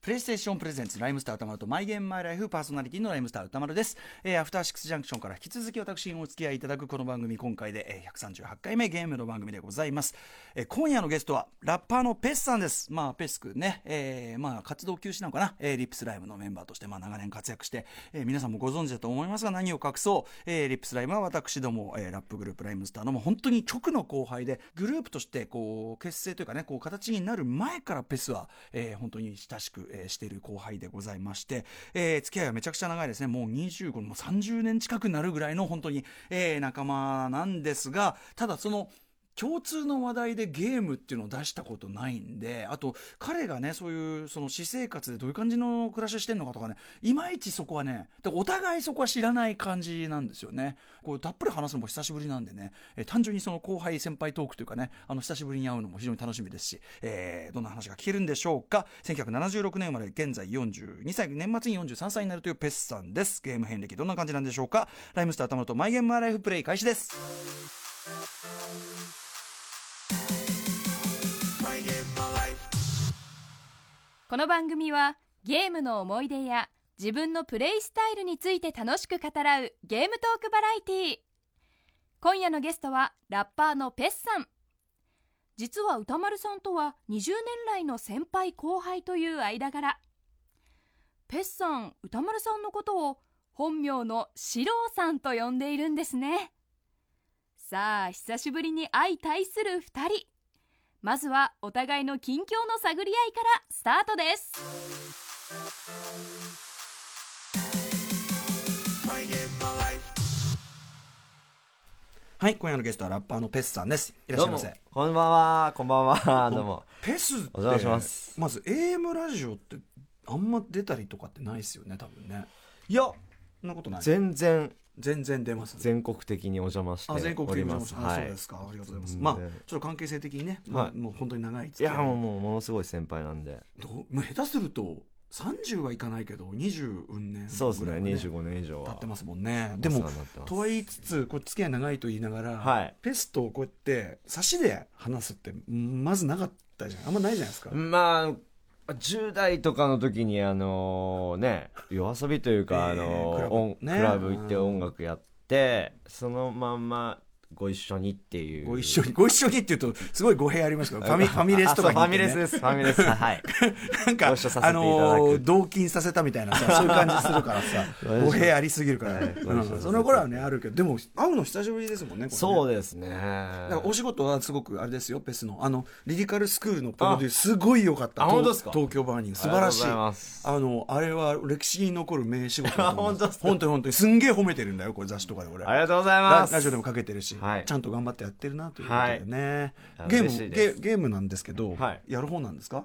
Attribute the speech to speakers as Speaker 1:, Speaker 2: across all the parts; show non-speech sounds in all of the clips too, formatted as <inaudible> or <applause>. Speaker 1: プレイステーションプレゼンツライムスター歌丸とマイゲームマイライフパーソナリティのライムスター歌丸です、えーアフターシックスジャンクションから引き続き私にお付き合いいただくこの番組今回でえー138回目ゲームの番組でございます、えー今夜のゲストはラッパーのペスさんですまあペスくんね、えーまあ活動休止なのかな、えーリップスライムのメンバーとしてまあ長年活躍して、えー皆さんもご存知だと思いますが何を隠そう、えーリップスライムは私ども、えーラップグループライムスターのもう本当に直の後輩でグループとしてこう結成というかねこう形になる前からペスは、えー本当に親しく、えーしている後輩でございまして、えー付き合いはめちゃくちゃ長いですねもう25もう30年近くなるぐらいの本当に、えー仲間なんですがただその共通の話題でゲームっていうのを出したことないんで、あと、彼がね、そういう、その私生活でどういう感じの暮らしをしてんのかとかね、いまいちそこはね、でお互いそこは知らない感じなんですよね。こう、たっぷり話すのも久しぶりなんでね、えー単純にその後輩先輩トークというかね、あの、久しぶりに会うのも非常に楽しみですし、えーどんな話が聞けるんでしょうか。1976年生まれ、現在42歳、年末に43歳になるというペスさんです。ゲーム遍歴どんな感じなんでしょうか。ライムスター頭とマイゲームマイライフプレイ開始です。
Speaker 2: この番組はゲームの思い出や自分のプレイスタイルについて楽しく語らうゲームトークバラエティー今夜のゲストはラッパーのペスさん実は歌丸さんとは20年来の先輩後輩という間柄ペスさん歌丸さんのことを本名のシローさんと呼んでいるんですねさあ久しぶりに相対する2人まずはお互いの近況の探り合いからスタートです
Speaker 1: はい、今夜のゲストはラッパーのペスさんです。いらっしゃいませ。
Speaker 3: こんばんは、こんばん
Speaker 1: <laughs>
Speaker 3: は、どうも。
Speaker 1: ペスって
Speaker 3: お邪魔します
Speaker 1: まず AM ラジオってあんま出たりとかってないですよね、多分ね。
Speaker 3: いや、
Speaker 1: そんなことない。
Speaker 3: 全然、
Speaker 1: 全然出ます、
Speaker 3: 全国的にお邪魔して
Speaker 1: あ、全国
Speaker 3: お
Speaker 1: 的に
Speaker 3: り
Speaker 1: 出
Speaker 3: ま。
Speaker 1: ますす。
Speaker 3: は
Speaker 1: あ、そう
Speaker 3: い
Speaker 1: ですか。ありがとうございます。
Speaker 3: うん
Speaker 1: まあ、ちょっと関係性的にね、ま
Speaker 3: は
Speaker 1: あ、
Speaker 3: い
Speaker 1: もう本当に長い付
Speaker 3: い
Speaker 1: き合
Speaker 3: や、もう、もう、ものすごい先輩なんで。
Speaker 1: どうまあ下手すると30はいかないけど、20年
Speaker 3: そうです
Speaker 1: ぐら
Speaker 3: ね、
Speaker 1: いは
Speaker 3: 25年以上
Speaker 1: 経っ
Speaker 3: は
Speaker 1: て。ますもんね。
Speaker 3: お
Speaker 1: で
Speaker 3: 世話
Speaker 1: も
Speaker 3: になってます
Speaker 1: とは言いつつこう付き合い長いと言いながら、
Speaker 3: はい
Speaker 1: ペストをこうやって差しで話すってまずなかったじゃんあんまないじゃないですか、
Speaker 3: まあ、10代とかの時に、あのーね、夜遊びという
Speaker 1: え
Speaker 3: か、
Speaker 1: え
Speaker 3: あのー
Speaker 1: クラブ
Speaker 3: 音
Speaker 1: ね
Speaker 3: クラブ行って音楽やって、そのまんまご一緒にっていう。
Speaker 1: ご一緒に、ご一緒にって言うと、すごい語弊ありますけど、ファミ、 <laughs> ファミレスとか
Speaker 3: あ
Speaker 1: に
Speaker 3: そう
Speaker 1: 行って
Speaker 3: ファミ
Speaker 1: ね
Speaker 3: レスです、ファミレス。
Speaker 1: <laughs>
Speaker 3: はい。
Speaker 1: なんか、
Speaker 3: ご一緒させていた
Speaker 1: あ
Speaker 3: だく
Speaker 1: のー同金させたみたいな <laughs> さ、そういう感じするからさ、語弊ありすぎるから、
Speaker 3: はい
Speaker 1: うんその頃はね、あるけど、でも、会うの久しぶりですもんね、これね
Speaker 3: そうですね。
Speaker 1: だからお仕事はすごくあれですよ、ペスの。あの、リリカルスクールのプロデュース、すごい良かった。
Speaker 3: あ本当ですか
Speaker 1: 東京バーニング。素晴らしい。
Speaker 3: ありがとうござい
Speaker 1: あ
Speaker 3: ます
Speaker 1: の、あれは歴史に残る名仕事だと思う
Speaker 3: 本当ですか
Speaker 1: 本当に本当に。すんげえ褒めてるんだよ、これ雑誌とかで俺。
Speaker 3: ありがとうございます。
Speaker 1: ララジオでもかけてるし、
Speaker 3: はい
Speaker 1: ちゃんと頑張ってやってるなということでね、
Speaker 3: はい
Speaker 1: ゲー
Speaker 3: 嬉し
Speaker 1: ム
Speaker 3: いで
Speaker 1: ゲ
Speaker 3: す
Speaker 1: ゲームなんですけど、
Speaker 3: はい
Speaker 1: やる方なんですか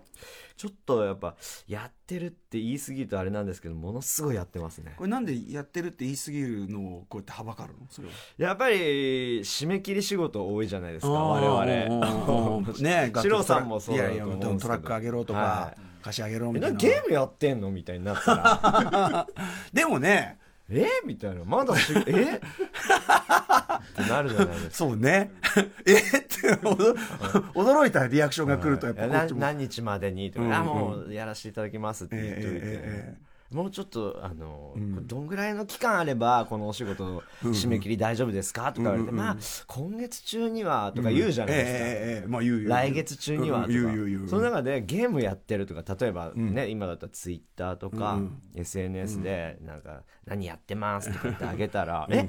Speaker 3: ちょっとやっぱ、やってるって言い過ぎるとあれなんですけど、ものすごいやってますね
Speaker 1: こ。れなんでやってるって言い過ぎるのをこうやってはばかるのそれは
Speaker 3: やっぱり、締め切り仕事多いじゃないですか、我
Speaker 1: 々
Speaker 3: <laughs> 々。
Speaker 1: ねえ
Speaker 3: シロさんもそうだ
Speaker 1: いやい
Speaker 3: と
Speaker 1: や
Speaker 3: 思うんですけど
Speaker 1: トラック上げろとか、
Speaker 3: は
Speaker 1: 貸し上げろ
Speaker 3: え
Speaker 1: みた
Speaker 3: ないん
Speaker 1: な
Speaker 3: かゲームやってんのみたいになっ
Speaker 1: <laughs>
Speaker 3: たら、
Speaker 1: でもね
Speaker 3: えみたいな、まだし、えってなるじゃないですか。
Speaker 1: そうねえって驚驚いたリアクションが来るとやっぱ
Speaker 3: い
Speaker 1: こ
Speaker 3: や
Speaker 1: っ
Speaker 3: な
Speaker 1: ちも
Speaker 3: 何日までにと
Speaker 1: うん
Speaker 3: か、あもうやらせていただきますって言っといて、
Speaker 1: えええ
Speaker 3: もうちょっとあの、
Speaker 1: ん
Speaker 3: これどんぐらいの期間あればこのお仕事締め切り大丈夫ですかとか言われて、まあ今月中にはとか言うじゃないですか、
Speaker 1: ええええええまあ言う言う
Speaker 3: 来月中にはとか、
Speaker 1: うん言う言う言う
Speaker 3: その中でゲームやってるとか例えばね、今だったらツイッターとか、SNS でなんか、何やってますとか言ってあげたら、え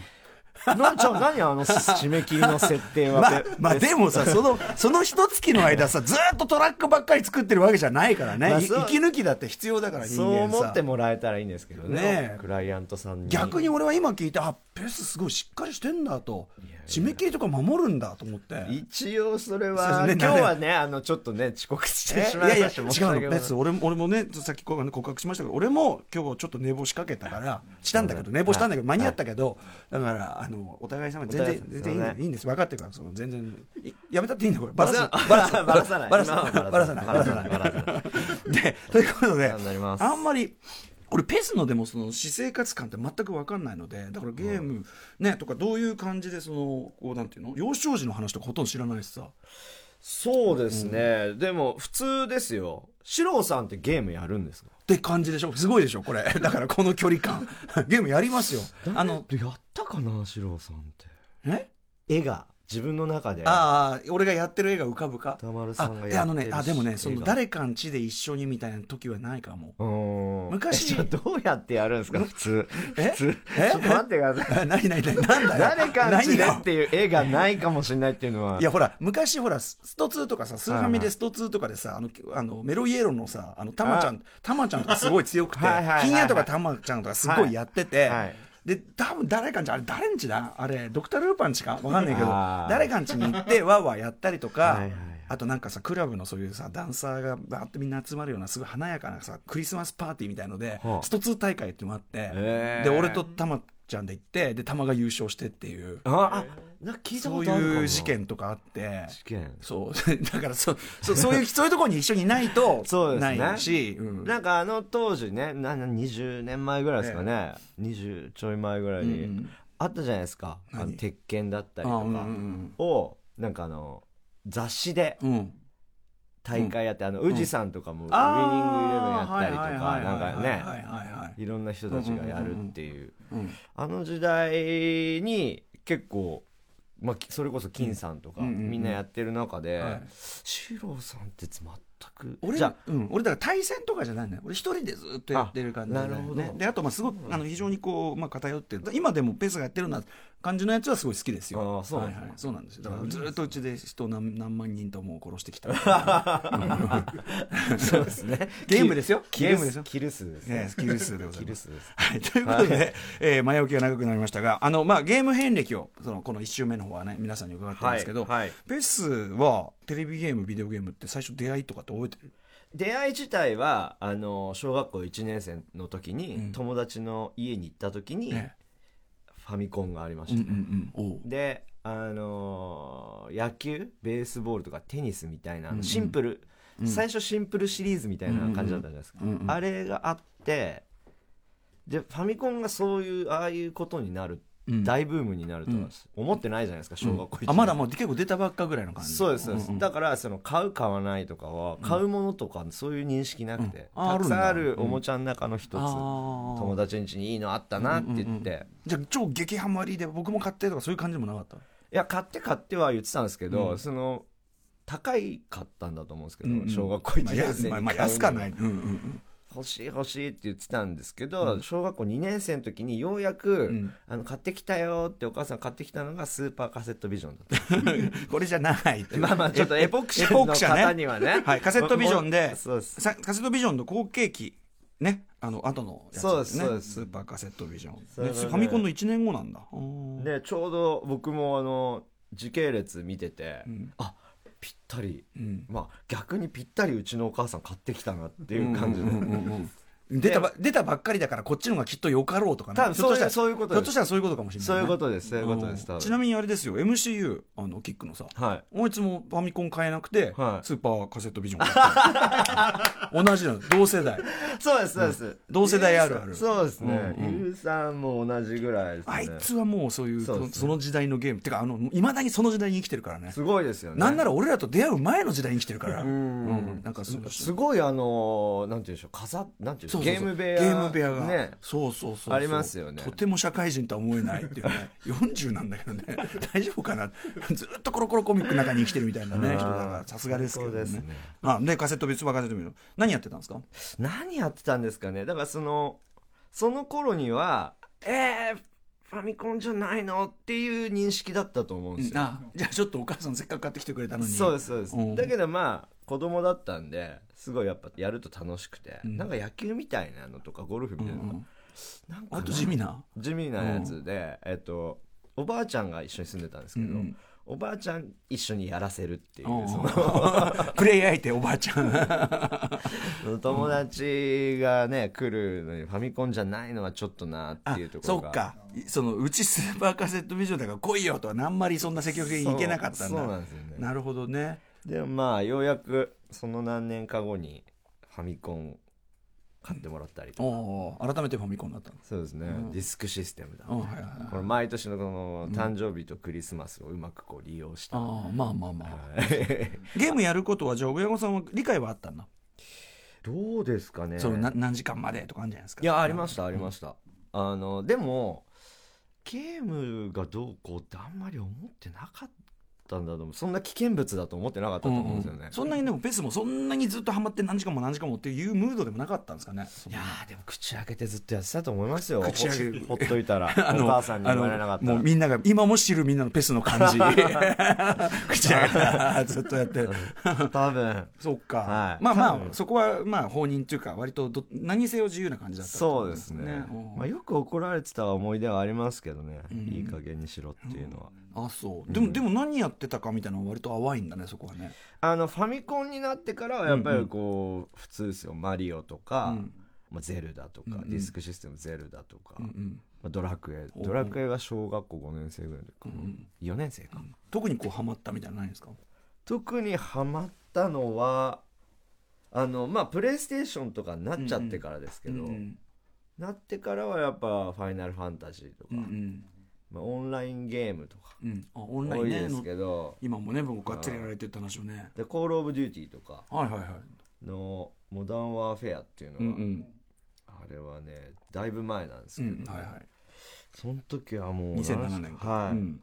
Speaker 3: なんじゃあ何あの締め切りの設定は
Speaker 1: <laughs> まあ、まあでもさ、その、その一月の間さ、ずーっとトラックばっかり作ってるわけじゃないからね。
Speaker 3: まあ
Speaker 1: い
Speaker 3: そう
Speaker 1: 息抜きだって必要だから、人
Speaker 3: <laughs> そう
Speaker 1: 間
Speaker 3: 思
Speaker 1: さ
Speaker 3: って。もらえたらいいんですけどね
Speaker 1: ねえ
Speaker 3: クライアントさんに
Speaker 1: 逆に俺は今聞いて、あ、ペスすごいしっかりしてんだと、締め切りとか守るんだと思って。
Speaker 3: 一応それ
Speaker 1: そ
Speaker 3: は
Speaker 1: うですね
Speaker 3: 今日はねあのちょっとね遅刻して
Speaker 1: え
Speaker 3: し
Speaker 1: い
Speaker 3: ま
Speaker 1: や
Speaker 3: い
Speaker 1: い
Speaker 3: ま
Speaker 1: や、
Speaker 3: し
Speaker 1: 違
Speaker 3: た
Speaker 1: う
Speaker 3: 申し訳
Speaker 1: の、
Speaker 3: ござ
Speaker 1: ペ
Speaker 3: いま
Speaker 1: ス、
Speaker 3: せん
Speaker 1: 俺も、俺もね、さっき告白しましたけど、俺も今日ちょっと寝坊しかけたから、したんだけど、寝坊したんだけど、間に合ったけど、だから、あの、お互い様、全然、
Speaker 3: お互い様
Speaker 1: 全然いいんだ
Speaker 3: そう
Speaker 1: い
Speaker 3: ね
Speaker 1: いんです。分かってるから、その、全然、いやめたっていいんだ、これ。バラさ
Speaker 3: <laughs> バラさバラさない
Speaker 1: バラさない
Speaker 3: 今はバラさない
Speaker 1: バラさない
Speaker 3: バラさない
Speaker 1: で、ということで
Speaker 3: お世話になり、ます
Speaker 1: あんまり、俺ペスのでもその私生活感って全く分かんないのでだからゲームね、とかどういう感じでそのこうなんていうの幼少時の話とかほとんど知らないしさ
Speaker 3: そうですね、でも普通ですよシローさんってゲームやるんですか
Speaker 1: って感じでしょすごいでしょこれだからこの距離感ゲームやりますよあの
Speaker 3: やったかなシローさんって
Speaker 1: え
Speaker 3: 絵が自分の中で
Speaker 1: ああ俺がやってる映画浮かぶか
Speaker 3: 歌丸さ
Speaker 1: あ
Speaker 3: んが
Speaker 1: いや
Speaker 3: や
Speaker 1: あ
Speaker 3: って
Speaker 1: の
Speaker 3: る
Speaker 1: ねあでもねその
Speaker 3: 映
Speaker 1: 誰かんちで一緒にみたいな時はないかも
Speaker 3: 画うーん
Speaker 1: 昔
Speaker 3: えじゃあどうやってやるんですか普通
Speaker 1: <laughs> え
Speaker 3: 普通
Speaker 1: え
Speaker 3: ちょっと待ってください
Speaker 1: あ何何何なんだよ
Speaker 3: 誰かんちで
Speaker 1: 何が
Speaker 3: っていう絵がないかもしれないっていうのはい
Speaker 1: やほら昔ほらススト2とかさスーファミでスト2とかでさあのあのメロイエロのさあのタマちゃんタマちゃんとかすごい強くて
Speaker 3: <laughs> はいはいはいはい
Speaker 1: 金谷とかタマちゃんとかすごいやってて、
Speaker 3: はいはい
Speaker 1: で多分誰かんちあれ誰んちだあれドクター・ルーパンちかわかんないけど
Speaker 3: あー
Speaker 1: 誰かんちに行
Speaker 3: <laughs>
Speaker 1: ってわーわーやったりとか
Speaker 3: はいはいはい
Speaker 1: あとなんかさクラブのそういうさダンサーがバーッとみんな集まるようなすごい華やかなさクリスマスパーティーみたいので、
Speaker 3: はあ
Speaker 1: スト2大会っていうのがあって、
Speaker 3: へ
Speaker 1: で
Speaker 3: ー
Speaker 1: 俺とタマちゃんで行ってでタマが優勝してっていう
Speaker 3: ああなんか聞いた
Speaker 1: そ
Speaker 3: こ
Speaker 1: う
Speaker 3: とあるかも
Speaker 1: いう事件とかあって。
Speaker 3: 事件
Speaker 1: そう <laughs> だからそそそういうそういうところに一緒にいないと
Speaker 3: そうです
Speaker 1: な
Speaker 3: ね
Speaker 1: いし、うん
Speaker 3: なんかあの当時ねなな20年前ぐらいですかね、20ちょい前ぐらいに、
Speaker 1: うんうん
Speaker 3: あったじゃないですかあの
Speaker 1: 何
Speaker 3: 鉄拳だったり
Speaker 1: あ
Speaker 3: と
Speaker 1: うんう
Speaker 3: か
Speaker 1: ん
Speaker 3: をなんかあの雑誌で
Speaker 1: うんうん
Speaker 3: 大会やって、あの宇治さんとかもウィニングイレブンや
Speaker 1: あ
Speaker 3: ったりと
Speaker 1: ー
Speaker 3: か
Speaker 1: はい
Speaker 3: なんか
Speaker 1: はいはいはい
Speaker 3: ね
Speaker 1: はいはいはい
Speaker 3: いろんな人たちがやるっていう,、
Speaker 1: うん
Speaker 3: あの時代に結構、まあ、きそれこそ金さんとか、
Speaker 1: うんうんうんうん
Speaker 3: みんなやってる中で、
Speaker 1: はい
Speaker 3: シローさんって全く
Speaker 1: 俺
Speaker 3: じゃあ
Speaker 1: うん、俺だから対戦とかじゃないのよ俺一人でずっとやってる感じだよね
Speaker 3: あなるほど
Speaker 1: であとまあすごくあの非常にこう、まあ、偏ってる今でもペースがやってるような感じのやつはすごい好きですよ
Speaker 3: あーそう
Speaker 1: はいはい、そうなんですよだからずっとうちで人を何何万人ともう殺してき
Speaker 3: <laughs>
Speaker 1: た
Speaker 3: そうですね
Speaker 1: <laughs> ゲームですよ
Speaker 3: ゲー
Speaker 1: ゲーム
Speaker 3: ム
Speaker 1: で
Speaker 3: ですす
Speaker 1: よ
Speaker 3: よキル数です
Speaker 1: え
Speaker 3: ね
Speaker 1: えキル数でござい
Speaker 3: キ
Speaker 1: ま
Speaker 3: ル
Speaker 1: す
Speaker 3: 数です
Speaker 1: はい、ということで、えー前置きが長くなりましたがあの、まあ、ゲーム遍歴をそのこの1周目の方はね皆さんに伺ってるんですけど、
Speaker 3: はいはい
Speaker 1: ペスはテレビゲームビデオゲームって最初出会いとかって覚えてる
Speaker 3: 出会い自体はあの小学校1年生の時に、友達の家に行った時に、
Speaker 1: え
Speaker 3: ファミコンがありました、
Speaker 1: うんうんおう
Speaker 3: であのー野球ベースボールとかテニスみたいなあのシンプル、最初シンプルシリーズみたいな感じだったじゃないですか、あれがあってでファミコンがそういうああいうことになる、大ブームになるとは思ってないじゃないですか小学校1年生
Speaker 1: あまだもう結構出たばっかぐらいの感じ
Speaker 3: そうですそうです、だからその買う買わないとかは買うものとかそういう認識なくて、
Speaker 1: ああ
Speaker 3: たくさんあ
Speaker 1: あるん
Speaker 3: るおもちゃの中の一つ、
Speaker 1: あー
Speaker 3: 友達ん家にいいのあったなって言って、い
Speaker 1: じゃあ超激ハマりで僕も買ってとかそういう感じでもなかった
Speaker 3: や買って買っては言ってたんですけど、その高い買ったんだと思うんですけど、
Speaker 1: うんうん
Speaker 3: 小学校1
Speaker 1: まあ
Speaker 3: 年
Speaker 1: 安
Speaker 3: 生に買うの
Speaker 1: まあ
Speaker 3: が
Speaker 1: まあ安かない、うんうん
Speaker 3: 欲しい欲しいって言ってたんですけど、小学校2年生の時にようやく、
Speaker 1: ん
Speaker 3: あの買ってきたよってお母さん買ってきたのがスーパーカセットビジョンだった
Speaker 1: うん、 <laughs> これじゃない <laughs> っていう
Speaker 3: まあまあちょっとエポクシャ
Speaker 1: エポ
Speaker 3: の
Speaker 1: クシャね
Speaker 3: 方には <laughs> ね
Speaker 1: はい、 <laughs> カセットビジョンで
Speaker 3: そうです
Speaker 1: さカセットビジョンの後継機ねあの後のやつ
Speaker 3: そう
Speaker 1: で
Speaker 3: ですす
Speaker 1: ね
Speaker 3: そうです
Speaker 1: スーパーカセットビジョン、ね
Speaker 3: それがね
Speaker 1: ファミコンの1年後なんだうん
Speaker 3: でちょうど僕もあの時系列見てて、
Speaker 1: ん
Speaker 3: あぴったり、
Speaker 1: ん
Speaker 3: まあ逆にぴったりうちのお母さん買ってきたなっていう感じで、
Speaker 1: うんうんうんうん出たば出たばっかりだからこっちの方がきっとよかろうとかね
Speaker 3: 多分
Speaker 1: ひょっ
Speaker 3: そういう
Speaker 1: したら
Speaker 3: そういうことです
Speaker 1: ひょっとしたらそういうことかもしれない、ね、
Speaker 3: そういうことですそういうことです
Speaker 1: う
Speaker 3: 多
Speaker 1: ん
Speaker 3: 分
Speaker 1: ちなみにあれですよ MCU あのキックのさ
Speaker 3: はい
Speaker 1: あいつもファミコン買えなくて、
Speaker 3: はい
Speaker 1: スーパーカセットビジョン買った <laughs> 同じなの同世代
Speaker 3: そうですそうです、
Speaker 1: 同世代あるある
Speaker 3: ゆうさんそうですね、
Speaker 1: うんうん
Speaker 3: ゆうさんも同じぐらいですね
Speaker 1: あいつはもうそういうそ
Speaker 3: そうですね
Speaker 1: その時代のゲームってかあのいまだにその時代に生きてるからね
Speaker 3: すごいですよね
Speaker 1: なんなら俺らと出会う前の時代に生きてるから、
Speaker 3: ん
Speaker 1: うんなんかそう
Speaker 3: すごいあのなんていうんでしょう飾なんていうんでしょ
Speaker 1: そうそうそう
Speaker 3: うゲーム部屋
Speaker 1: ゲーム部屋が、
Speaker 3: ね
Speaker 1: そうそうそうそう
Speaker 3: ありますよね
Speaker 1: とても社会人とは思えないっていう
Speaker 3: <laughs>
Speaker 1: ね40なんだけどね大丈夫かなずっとコロコロコミックの中に生きてるみたいなね人だからさすがですけど
Speaker 3: そう
Speaker 1: ね
Speaker 3: ですね
Speaker 1: あでカセットビスバカセットビス何やってたんですか
Speaker 3: 何やってたんですかねだからそのその頃にはえー、ファミコンじゃないのっていう認識だったと思うんですよ、
Speaker 1: あじゃあちょっとお母さんせっかく買ってきてくれたのに
Speaker 3: そうですそうです、
Speaker 1: うん
Speaker 3: だけどまあ子供だったんですごいやっぱやると楽しくて、なんか野球みたいなのとかゴルフみたいなのが、なんか
Speaker 1: あと地味な
Speaker 3: 地味なやつで、えっとおばあちゃんが一緒に住んでたんですけど、
Speaker 1: うんうん
Speaker 3: おばあちゃん一緒にやらせるっていう
Speaker 1: うん
Speaker 3: その
Speaker 1: <laughs> プレイ相手おばあちゃ
Speaker 3: <laughs>
Speaker 1: ん
Speaker 3: 友達がね来るのにファミコンじゃないのはちょっとな
Speaker 1: あ
Speaker 3: っていうとこ
Speaker 1: そ
Speaker 3: ろ
Speaker 1: っ
Speaker 3: が
Speaker 1: かそのうちスーパーカセットビジョンだから来いよとはあんまりそんな積極的にいけなかったんだ
Speaker 3: そうそうなんですよね
Speaker 1: なるほどね
Speaker 3: でもまあようやくその何年か後にファミコン買ってもらったりとか、
Speaker 1: おー改めてファミコンだったんです
Speaker 3: そうですね、ディスクシステムだ、
Speaker 1: うんはいはいはい
Speaker 3: これ毎年のこの誕生日とクリスマスをうまくこう利用した、
Speaker 1: ああまあまあまあ
Speaker 3: はい <laughs>
Speaker 1: ゲームやることはじゃあ親御さんは理解はあったんだ
Speaker 3: どうですかね
Speaker 1: そのな何時間までとかあるんじゃないですか
Speaker 3: いやありましたあり
Speaker 1: し
Speaker 3: ました、あのでもゲームがどうこうってあんまり思ってなかったんだと思うそんな危険物だと思ってなかったと
Speaker 1: うん
Speaker 3: 思
Speaker 1: う
Speaker 3: うんですよね、
Speaker 1: ん、そんなにでもペスもそんなにずっとハマって何時間も何時間もっていうムードでもなかったんですかね
Speaker 3: いやーでも口開けてずっとやってたと思いますよ
Speaker 1: 口開け
Speaker 3: ほっほっとい
Speaker 1: <laughs>
Speaker 3: たら <laughs> お母さんに言われなかった
Speaker 1: も
Speaker 3: ら
Speaker 1: うみんなが今も知るみんなのペスの感
Speaker 3: <laughs>
Speaker 1: じ口開けたらずっとやって
Speaker 3: 多分
Speaker 1: そっか、
Speaker 3: はい
Speaker 1: まあま
Speaker 3: 多
Speaker 1: あ
Speaker 3: 分
Speaker 1: そこはまあ放任というか割とど何にせよ自由な感じだったってこ
Speaker 3: そう
Speaker 1: と
Speaker 3: ですね
Speaker 1: うん
Speaker 3: まあ、よく怒られてた思い出はありますけどね、
Speaker 1: うん
Speaker 3: いい加減にしろっていうのは、
Speaker 1: あそうでも、
Speaker 3: うん
Speaker 1: でも何やってたかみたいなのは割と淡いんだねそこはね、
Speaker 3: あのファミコンになってからはやっぱりこう、普通ですよマリオとか、
Speaker 1: うん
Speaker 3: まあ、ゼルダとか、
Speaker 1: うんうん
Speaker 3: ディスクシステムゼルダとか、
Speaker 1: うんうん
Speaker 3: まあ、ドラクエ
Speaker 1: おう
Speaker 3: ドラクエが小学校5年生ぐらいか
Speaker 1: う
Speaker 3: な、
Speaker 1: ん
Speaker 3: 4年生か、
Speaker 1: 特にこうハマったみたいなのないんですか
Speaker 3: 特にハマったのはあのまあプレイステーションとかになっちゃってからですけど、
Speaker 1: うん
Speaker 3: なってからはやっぱ「ファイナルファンタジー」とか、
Speaker 1: うんうん
Speaker 3: まあ、オンラインゲームとか
Speaker 1: うんうんあオンライ
Speaker 3: 多
Speaker 1: ン
Speaker 3: い
Speaker 1: ね
Speaker 3: ですけど
Speaker 1: 今もね僕がっつりやられてるって話をね
Speaker 3: 「でコール・オブ・デューティー」とか
Speaker 1: はいはいはい
Speaker 3: の「モダン・ワーフェア」っていうの
Speaker 1: う
Speaker 3: は、
Speaker 1: んうん
Speaker 3: あれはねだいぶ前なんです
Speaker 1: う
Speaker 3: けど、
Speaker 1: んはいはい
Speaker 3: その時はもう
Speaker 1: 2007年
Speaker 3: はい、
Speaker 1: うん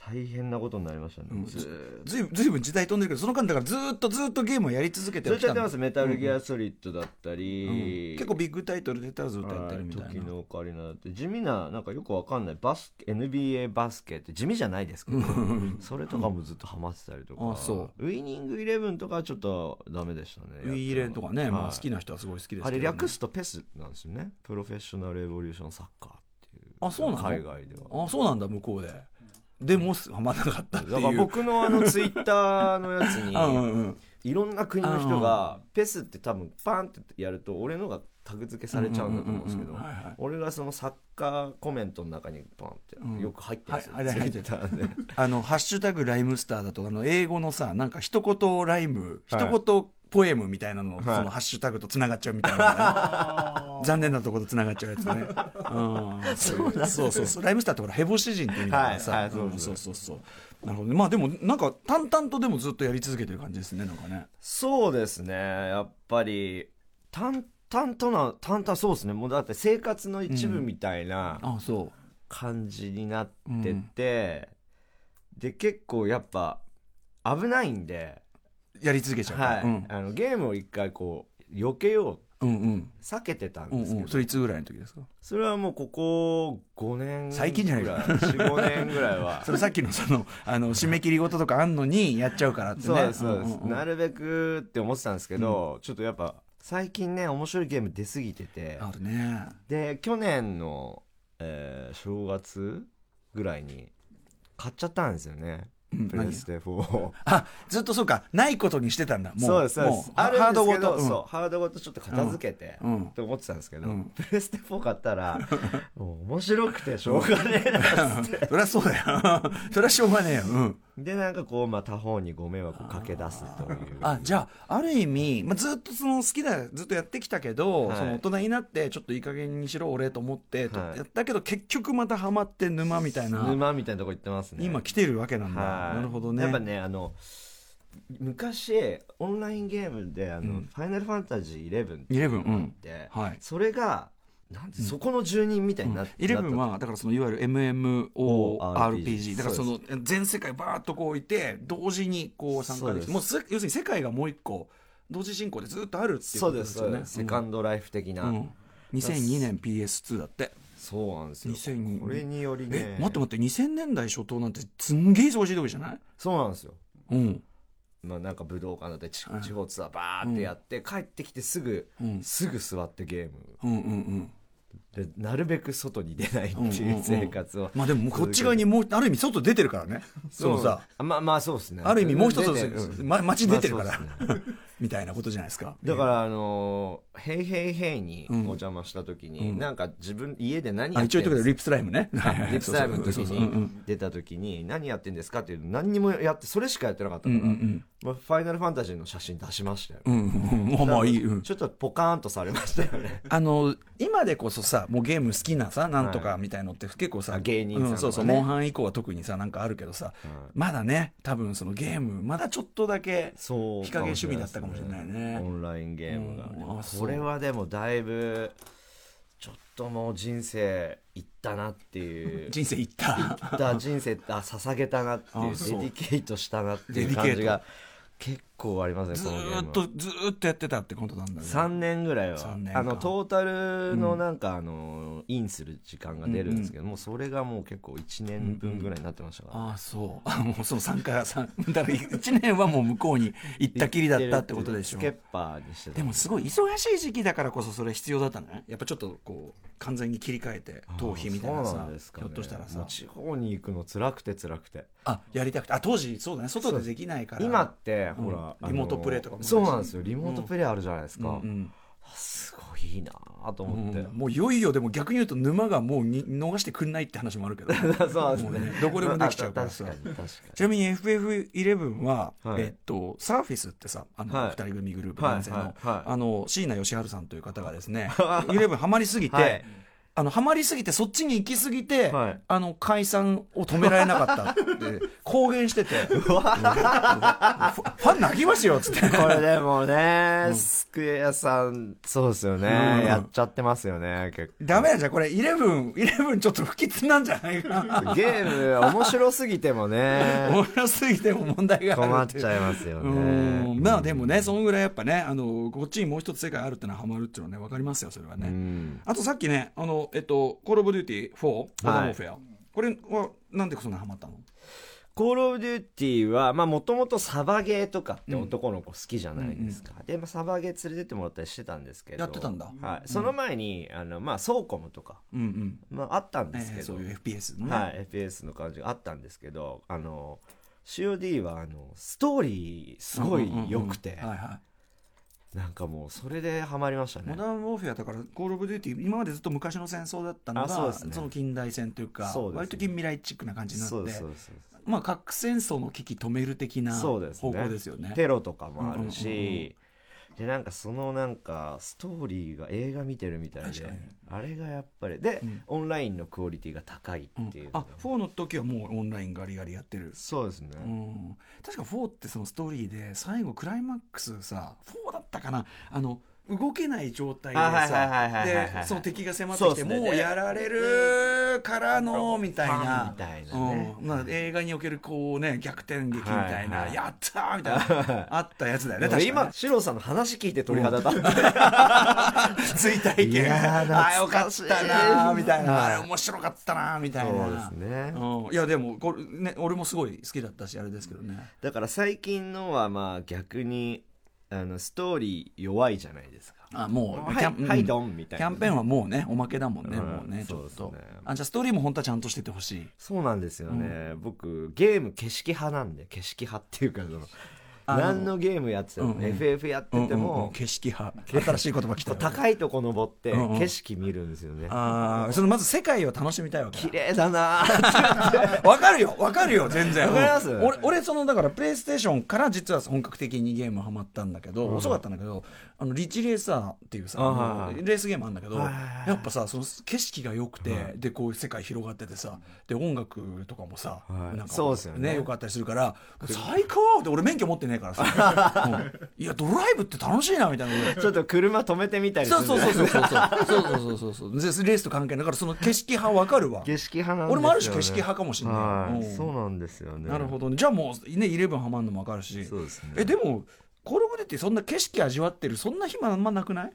Speaker 3: 大変なことになりましたね、
Speaker 1: うん
Speaker 3: ずーっと
Speaker 1: ずいぶんずいぶん時代飛んでるけどその間だからずーっとずーっとゲームをやり続けて
Speaker 3: ずっ
Speaker 1: は
Speaker 3: と
Speaker 1: き
Speaker 3: や
Speaker 1: た
Speaker 3: って
Speaker 1: の
Speaker 3: ますメタルギアソリッドだったり、
Speaker 1: うん結構ビッグタイトル出たらずっとやってるみた
Speaker 3: はいい時
Speaker 1: な
Speaker 3: のオカリナだって地味ななんかよくわかんないバスケ NBA バスケって地味じゃないですけどそれとかもずっとハマってたりとか、
Speaker 1: あそ
Speaker 3: ウイニングイレブンとかはちょっとダメでしたね
Speaker 1: ウィーレンとかね、
Speaker 3: はい
Speaker 1: まあ、好きな人はすごい好きです
Speaker 3: あ
Speaker 1: けどね、
Speaker 3: れ略すとペスなんですよねプロフェッショナルエボリューションサッカーっていう
Speaker 1: あそうなの
Speaker 3: 海外では
Speaker 1: あそうなんだ向こうででもハマらなかったっていう
Speaker 3: だから僕のあのツイッターのやつに
Speaker 1: あ <laughs> うんうん
Speaker 3: いろんな国の人がペスって多分パンってやると俺のがタグ付けされちゃうんだと思うんですけど、
Speaker 1: うんうんうんうんはいはい
Speaker 3: 俺がそのサッカーコメントの中にパンってよく入ってるんですよ、
Speaker 1: うんはい入ってる
Speaker 3: Twitter で
Speaker 1: あの「ハッシュタグライムスター」だとあの英語のさなんか一言ライム一
Speaker 3: はい
Speaker 1: 言ポエムみたいなの、を
Speaker 3: はい
Speaker 1: そのハッシュタグとつながっちゃうみたいなのね、 <laughs> 残念なところとつながっちゃうやつね、うん、そうそうそうそうライムスターってほらヘボ詩人って意味だからさ、
Speaker 3: はいはいそう
Speaker 1: うん
Speaker 3: そ
Speaker 1: そう
Speaker 3: う
Speaker 1: そうそうなるほどねまあでもなんか淡々とでもずっとやり続けてる感じですねなんかね
Speaker 3: そうですねやっぱり淡々とな淡々そうですねもうだって生活の一部みたいな
Speaker 1: あそ
Speaker 3: 感じになってて、で結構やっぱ危ないんで、
Speaker 1: うやり続けちゃうから
Speaker 3: はい
Speaker 1: うん、
Speaker 3: あのゲームを一回こう避けよ
Speaker 1: うんうん
Speaker 3: う避けてたん
Speaker 1: う
Speaker 3: で
Speaker 1: ん
Speaker 3: すけど、
Speaker 1: うん、それいつぐらいの時ですか
Speaker 3: それはもうここ5年
Speaker 1: 最近じゃないか
Speaker 3: 45年ぐら
Speaker 1: <laughs>
Speaker 3: いは
Speaker 1: それさっきのそのあの締め切り事とかあんのにやっちゃうからってね
Speaker 3: そうですそうです、
Speaker 1: んんうん
Speaker 3: なるべくって思ってたんですけど、ちょっとやっぱ最近ね面白いゲーム出過ぎてて
Speaker 1: あるね
Speaker 3: で去年の、えー正月ぐらいに買っちゃったんですよね
Speaker 1: うん
Speaker 3: プレステ4を
Speaker 1: あずっとそうかないことにしてたんだもう
Speaker 3: <laughs> そうですそうで
Speaker 1: も
Speaker 3: すある
Speaker 1: ハ
Speaker 3: ん
Speaker 1: ード
Speaker 3: です
Speaker 1: ご
Speaker 3: け
Speaker 1: と
Speaker 3: ど
Speaker 1: うん
Speaker 3: そうハードごとちょっと片付けて、
Speaker 1: うんうん
Speaker 3: って思ってたんですけど、
Speaker 1: うん <laughs>
Speaker 3: プレステ4買ったらもう面白くてしょうがねえなっつって
Speaker 1: そりゃそうだよ <laughs> そりゃしょうがねえよ、うん、
Speaker 3: でなんかこう、まあ、他方にご迷惑をかけ出すという
Speaker 1: あじゃあある意味、まあ、ずっとその好きだずっとやってきたけど、
Speaker 3: はい
Speaker 1: その大人になってちょっといい加減にしろ俺と思ってと、
Speaker 3: はい
Speaker 1: やったけど結局またハマって沼みたいな
Speaker 3: 沼みたいなとこ行ってますね
Speaker 1: 今来てるわけなんだ、
Speaker 3: はい
Speaker 1: なるほどね
Speaker 3: やっぱねあの昔オンラインゲームで「あの
Speaker 1: うん
Speaker 3: ファイナルファンタジー11」って
Speaker 1: 11うん
Speaker 3: あって、
Speaker 1: はい
Speaker 3: それがなんてそこの住人みたいになっ
Speaker 1: イレブン
Speaker 3: なっ
Speaker 1: はだからそのいわゆる MMORPG
Speaker 3: ORPG
Speaker 1: だからその全世界バーッとこう置いて同時にこう参加できて
Speaker 3: そ
Speaker 1: も
Speaker 3: う
Speaker 1: うす要するに世界がもう一個同時進行でずっとあるって
Speaker 3: た
Speaker 1: いうこ
Speaker 3: そう
Speaker 1: と
Speaker 3: で
Speaker 1: ですす
Speaker 3: そ
Speaker 1: よ
Speaker 3: う
Speaker 1: ね
Speaker 3: です、セカンドライフ的な、
Speaker 1: うん2002年 PS2 だって
Speaker 3: そうなんですよ
Speaker 1: 2002
Speaker 3: これにより
Speaker 1: え
Speaker 3: ね
Speaker 1: 待って待って2000年代初頭なんてすんげえ忙しい時じゃない
Speaker 3: そうなんですよ
Speaker 1: うん
Speaker 3: まあ、なんか武道館だって地
Speaker 1: はい
Speaker 3: 地方ツアーバーってやって、帰ってきてすぐ、
Speaker 1: うん
Speaker 3: すぐ座ってゲーム
Speaker 1: うんうんうん
Speaker 3: でなるべく外に出ないって
Speaker 1: うんうん
Speaker 3: い
Speaker 1: うん
Speaker 3: う生活を、
Speaker 1: まあでもこっち側にもうある意味外出てるからねそのさ
Speaker 3: あまあまあそうですね
Speaker 1: ある意味もう一つ
Speaker 3: 出てる
Speaker 1: ま街出てるから
Speaker 3: まあそうっすね
Speaker 1: みたいなことじゃないですか
Speaker 3: だ
Speaker 1: <laughs>
Speaker 3: からあのー「ヘイヘイヘイ」にお
Speaker 1: ん
Speaker 3: 邪魔した時に、
Speaker 1: うん
Speaker 3: なんか自分家で何
Speaker 1: あ
Speaker 3: やって
Speaker 1: 一応
Speaker 3: ん
Speaker 1: 言っとくけどリ
Speaker 3: で
Speaker 1: ッ
Speaker 3: す
Speaker 1: プスライム
Speaker 3: <laughs>
Speaker 1: ね
Speaker 3: かリップスライブの
Speaker 1: <laughs>
Speaker 3: 時
Speaker 1: そうそうそううんうん
Speaker 3: に出た時に何やってんですかっていうの何にもやってそれしかやってなかった
Speaker 1: う
Speaker 3: か
Speaker 1: ん
Speaker 3: ら、
Speaker 1: うん
Speaker 3: まあ、ファイナルファンタジーの写真出しましたよ、
Speaker 1: うんうんうんまあまあいいうん
Speaker 3: ちょっとポカーンとされました
Speaker 1: <laughs>
Speaker 3: よね
Speaker 1: あの今でこそさもうゲーム好きなさなんとかみたいのって結構さ、
Speaker 3: あ芸人さんとかね
Speaker 1: うそうそうモンハン以降は特にさなんかあるけどさ、まだね多分そのゲームまだちょっとだけ
Speaker 3: そう
Speaker 1: 日陰趣味だったかもしれないね
Speaker 3: オ、ンラインゲームが、ね
Speaker 1: うんあそう
Speaker 3: これはでもだいぶちょっともう人生いったなって <laughs> いう
Speaker 1: 人生いった
Speaker 3: いった人生あ捧げたなっていう
Speaker 1: あ
Speaker 3: デ
Speaker 1: そう
Speaker 3: ディケートしたなって
Speaker 1: デ
Speaker 3: い
Speaker 1: デ
Speaker 3: う
Speaker 1: ィケート
Speaker 3: 感じが結構ありますね
Speaker 1: ず
Speaker 3: このゲームは
Speaker 1: ーっとずーっとやってたってことなんだね
Speaker 3: 3年ぐらいは
Speaker 1: 三年か
Speaker 3: あのトータルのなんか、あのインする時間が出るんですけど、もうそれがもう結構1年分ぐらいになってましたから、
Speaker 1: ああそうあもうその3回は三だから1年はもう向こうに行ったきりだったってことでしょ
Speaker 3: スケッパーにしてた
Speaker 1: でもすごい忙しい時期だからこそそれ必要だったんだねやっぱちょっとこう完全に切り替えて頭皮みたいな
Speaker 3: そう
Speaker 1: さ
Speaker 3: なんですか
Speaker 1: ひ
Speaker 3: ね
Speaker 1: ょっとしたら
Speaker 3: も
Speaker 1: さ
Speaker 3: う地方に行くの辛くて辛くて
Speaker 1: あやりたくてあ当時そうだね外でできないから
Speaker 3: 今って
Speaker 1: うん
Speaker 3: ほら、あの
Speaker 1: リモートプレイとかもあるし
Speaker 3: そうなんですよリモートプレイあるじゃないですか、
Speaker 1: うんうん
Speaker 3: あすごいいいなぁと思って、
Speaker 1: うんもういよいよでも逆に言うと沼がもうに逃してくんないって話もある
Speaker 3: <laughs>
Speaker 1: けど
Speaker 3: そうです
Speaker 1: もう
Speaker 3: ね
Speaker 1: ねどこでもできちゃうからさ
Speaker 3: まあ確かに確
Speaker 1: ちなみに FF11 は、
Speaker 3: はい
Speaker 1: えっと、サーフィスってさ、あの、二、
Speaker 3: はい
Speaker 1: 人組グループ男性の、
Speaker 3: はいはいはい
Speaker 1: あの、椎名義治さんという方がです
Speaker 3: <laughs>
Speaker 1: ね、11ハマりすぎて、
Speaker 3: はい
Speaker 1: あの、ハマりすぎて、そっちに行きすぎて、
Speaker 3: はい
Speaker 1: あの、解散を止められなかったって、公言してて、うんファファン泣きますよ、つって。
Speaker 3: かにこれでもね、スクエアさんそうですよね、
Speaker 1: うん
Speaker 3: やっちゃってますよね結構
Speaker 1: ダメなんじゃん、これ、11、11ちょっと不吉なんじゃないか
Speaker 3: <laughs>
Speaker 1: な。
Speaker 3: ゲーム面白すぎてもね
Speaker 1: <laughs> 面白すぎても問題がある
Speaker 3: 困って
Speaker 1: いう
Speaker 3: ちゃいますよ
Speaker 1: う
Speaker 3: ね
Speaker 1: んまあでもね、そのぐらいやっぱね、あの、こっちにもう一つ世界あるってのはハマるっていうのはね、わかりますよ、それは
Speaker 3: う
Speaker 1: ね。
Speaker 3: ん
Speaker 1: あとさっきね、あの、えっと、コールオブデューティー4、モダンウォーフェア。これは、なんでそんなハマったの
Speaker 3: コール・オブ・デューティーはもともとサバゲーとかって男の子好きじゃないですか、で、まあ、サバゲー連れてってもらったりしてたんですけど
Speaker 1: やってたんだ
Speaker 3: はい、その前にあの、まあ、ソーコムとか、
Speaker 1: うんうん。
Speaker 3: まあ、あったんです
Speaker 1: え
Speaker 3: け
Speaker 1: ーそ
Speaker 3: ど、
Speaker 1: ういう FPS のね。
Speaker 3: はい、FPS の感じがあったんですけどあの COD はあのストーリーすごい良くて、
Speaker 1: うんうんうんはいは
Speaker 3: なんかもうそれでハマりました
Speaker 1: い。モ
Speaker 3: ね
Speaker 1: ダンウォーフェアだから、コールオブデューティー、今までずっと昔の戦争だったの
Speaker 3: あそ
Speaker 1: が、
Speaker 3: うです
Speaker 1: そ
Speaker 3: ね
Speaker 1: の近代戦というか、
Speaker 3: そうですね
Speaker 1: 割と近未来チックな感じにな
Speaker 3: そう
Speaker 1: っ
Speaker 3: です
Speaker 1: て
Speaker 3: そう、ですそうです
Speaker 1: まあ、核戦争の危機止める的な
Speaker 3: そ
Speaker 1: 方
Speaker 3: うですね
Speaker 1: 向ですよね。
Speaker 3: テロとかもある
Speaker 1: うんうんうん
Speaker 3: し、でなんかそのなんかストーリーが映画見てるみたい
Speaker 1: 確
Speaker 3: で
Speaker 1: かに
Speaker 3: あれがやっぱりで、
Speaker 1: うん
Speaker 3: オンラインのクオリティが高い
Speaker 1: うん
Speaker 3: っていう、
Speaker 1: あ、4の時はもうオンラインガリガリやってる。
Speaker 3: そうですね、
Speaker 1: うん、確か4ってそのストーリーで最後クライマックスさ4だったかなあの動けない状態で
Speaker 3: あはいはい
Speaker 1: さ
Speaker 3: はいはいはい
Speaker 1: で
Speaker 3: はい
Speaker 1: その敵が迫ってきて
Speaker 3: そうですね
Speaker 1: もうやられるからのみたい
Speaker 3: パン
Speaker 1: な
Speaker 3: み。たいなね、
Speaker 1: うんまあ、映画におけるこうね逆転劇みたいな、
Speaker 3: はいはい
Speaker 1: やったーみたいなあったやつだよね
Speaker 3: で
Speaker 1: 確
Speaker 3: も
Speaker 1: かにね
Speaker 3: 今、シロさんの話聞いて鳥肌立って、
Speaker 1: 追体験
Speaker 3: いやー懐
Speaker 1: ああよかったなーみたいな
Speaker 3: は
Speaker 1: あ
Speaker 3: い
Speaker 1: れ面白かったなーみたいな
Speaker 3: そうですね
Speaker 1: うんいやでもこれ、ね、俺もすごい好きだったしあれですけどね、
Speaker 3: だから最近のはまあ逆にあのストーリー弱いじゃないですか
Speaker 1: あもう
Speaker 3: はい
Speaker 1: ン
Speaker 3: はい
Speaker 1: うん
Speaker 3: ドンみたいな
Speaker 1: キャンペーンはもうねおまけだもんね、
Speaker 3: うん
Speaker 1: もうねちょっ
Speaker 3: そう
Speaker 1: と、
Speaker 3: ですね
Speaker 1: あじゃあストーリーも本当はちゃんとしててほしい
Speaker 3: そうなんですよね、僕ゲーム景色派なんで景色派っていうかその
Speaker 1: あの
Speaker 3: 何のゲームやってても、
Speaker 1: うんうん
Speaker 3: FF やってても、
Speaker 1: うんうんうん景色派新しい言葉来たい
Speaker 3: 高いとこ登って
Speaker 1: うんうん
Speaker 3: 景色見るんですよね、
Speaker 1: あーそのまず世界を楽しみたいわけ
Speaker 3: 綺麗だな
Speaker 1: <laughs>
Speaker 3: ー
Speaker 1: わかるよわかるよ全然
Speaker 3: わかります
Speaker 1: うん俺俺そのだからプレイステーションから実は本格的にゲームハマったんだけど、遅かったんだけどあのリッチレーサーっていうさ
Speaker 3: あはいはい
Speaker 1: あのレースゲームあるんだけど、
Speaker 3: はいはいはい
Speaker 1: やっぱさその景色が良くて、でこう世界広がっててさで音楽とかもさ、
Speaker 3: はい
Speaker 1: なんか
Speaker 3: そうですよね
Speaker 1: 良かったりするから最高って俺免許持ってねえから
Speaker 3: <laughs>
Speaker 1: さ、うんいやドライブって楽しいなみたいな俺
Speaker 3: ちょっと車止めてみたりす
Speaker 1: そう
Speaker 3: る
Speaker 1: ん
Speaker 3: だ
Speaker 1: そうそう
Speaker 3: よ
Speaker 1: そうそうそうそうそうそうでレースと関係ないだからその景色派わかるわ
Speaker 3: 景色派なんですよ、ね、
Speaker 1: 俺もある種景色派かもしんない
Speaker 3: はい
Speaker 1: うん
Speaker 3: そうなんですよね
Speaker 1: なるほどね。じゃあもうね、イレブンハマんのもわかるし。
Speaker 3: そうですね
Speaker 1: え、でも、コールオブデューティーそんな景色味わってる、そんな暇あんまなくない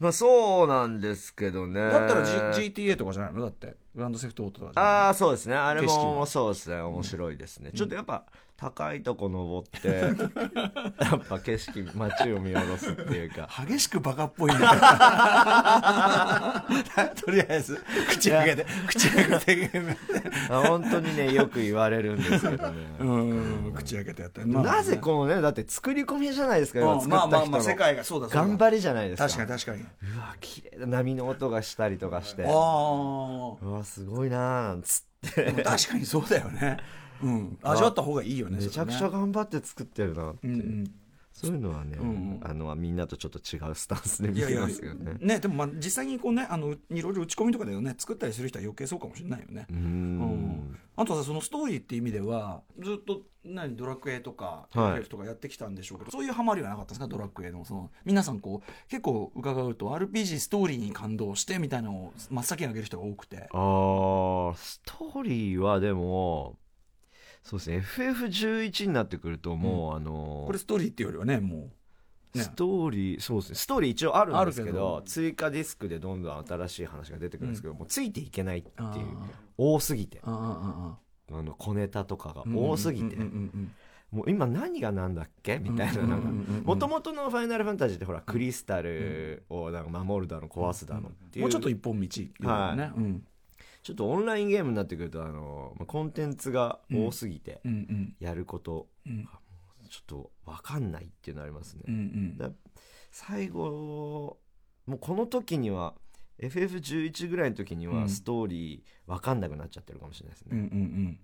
Speaker 3: まあそうなんですけどね
Speaker 1: だったら、G、GTA とかじゃないのだって。グランドセフトオートとかじゃない
Speaker 3: ああそうですねあれ
Speaker 1: 景色も
Speaker 3: もそうですね面白いですね、ちょっとやっぱ高いとこ登って <laughs> やっぱ景色街を見下ろすっていうか
Speaker 1: 激しくバカっぽいん
Speaker 3: <laughs>
Speaker 1: だ <laughs> とりあえず、口開けて、口開けて、
Speaker 3: あ本当にねよく言われるんですけどね、
Speaker 1: うん、口開けてやって。
Speaker 3: なぜこのねだって作り込みじゃないですか
Speaker 1: う
Speaker 3: 今
Speaker 1: ん
Speaker 3: 作
Speaker 1: まあ
Speaker 3: っ
Speaker 1: ま
Speaker 3: た
Speaker 1: あ
Speaker 3: 人
Speaker 1: まあ、世
Speaker 3: の
Speaker 1: 界がそうだそうだ。
Speaker 3: 頑張りじゃないですか
Speaker 1: 確かに確かに。
Speaker 3: うわ綺麗な波の音がしたりとかして
Speaker 1: ああ。
Speaker 3: うわすごいなーなんつって
Speaker 1: でも確かにそうだよね。うん。味わった方がいいよね。
Speaker 3: めちゃくち
Speaker 1: そ
Speaker 3: ゃ
Speaker 1: れね
Speaker 3: 頑張って作ってるなって
Speaker 1: う
Speaker 3: い
Speaker 1: ん
Speaker 3: う、
Speaker 1: うん。
Speaker 3: そういうのはね、
Speaker 1: んうん
Speaker 3: あのみんなとちょっと違うスタンスで見
Speaker 1: いやい
Speaker 3: て
Speaker 1: や
Speaker 3: ますよね
Speaker 1: ね、でもまあ実際にこうねあのいろいろ打ち込みとかでね作ったりする人は余計そうかもしれないよね。
Speaker 3: うーん
Speaker 1: あとはさそのストーリーっていう意味ではずっと何ドラクエとか
Speaker 3: はい
Speaker 1: FF とかやってきたんでしょうけど、そういうハマりはなかったんですかドラクエのその皆さんこう結構伺うと RPG ストーリーに感動してみたいなのを真っ先に挙げる人が多くて
Speaker 3: あーストーリーはでもそうですね FF11 になってくるともう、あのー
Speaker 1: これストーリーっていうよりはねもう、ね
Speaker 3: ストーリーそうですねストーリー一応あるんですけど
Speaker 1: あるけど
Speaker 3: 追加ディスクでどんどん新しい話が出てくるんですけど、もうついていけないっていう
Speaker 1: あー
Speaker 3: 多すぎて
Speaker 1: あああ
Speaker 3: あの小ネタとかが
Speaker 1: ああ
Speaker 3: 多すぎて、
Speaker 1: うんうんうん
Speaker 3: もう今何がなんだっけみたいな
Speaker 1: うんうん
Speaker 3: な
Speaker 1: うんん
Speaker 3: か
Speaker 1: うん
Speaker 3: もともとの「ファイナルファンタジー」ってほらクリスタルをなんか守るだの壊すだのっていう
Speaker 1: もうちょっと一本道っていうかね、
Speaker 3: は
Speaker 1: うん
Speaker 3: ちょっとオンラインゲームになってくるとあのまあコンテンツが多すぎて
Speaker 1: うんうん
Speaker 3: やること
Speaker 1: うん
Speaker 3: ちょっと分かんないっていうのありますね、
Speaker 1: うんうん
Speaker 3: だ最後もうこの時には FF11 ぐらいの時に
Speaker 1: う
Speaker 3: は
Speaker 1: ん
Speaker 3: ストーリー分かんなくなっちゃってるかもしれないです
Speaker 1: うんう
Speaker 3: ね、
Speaker 1: んうん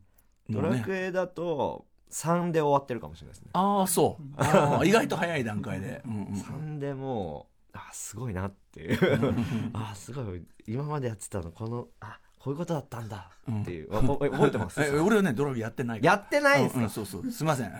Speaker 3: ド
Speaker 1: もう
Speaker 3: ラ
Speaker 1: ね
Speaker 3: クエだと3で終わってるかもしれないですね
Speaker 1: ああそうあー意外と早い段階で、うんうん
Speaker 3: 3でもうあすごいなっていう <laughs> あすごい今までやってたのこのあこういうことだったんだっていう、わこえ覚えてます
Speaker 1: え俺はねドラグやってないから
Speaker 3: やってないんす
Speaker 1: うんうん
Speaker 3: か、
Speaker 1: そうそうすいません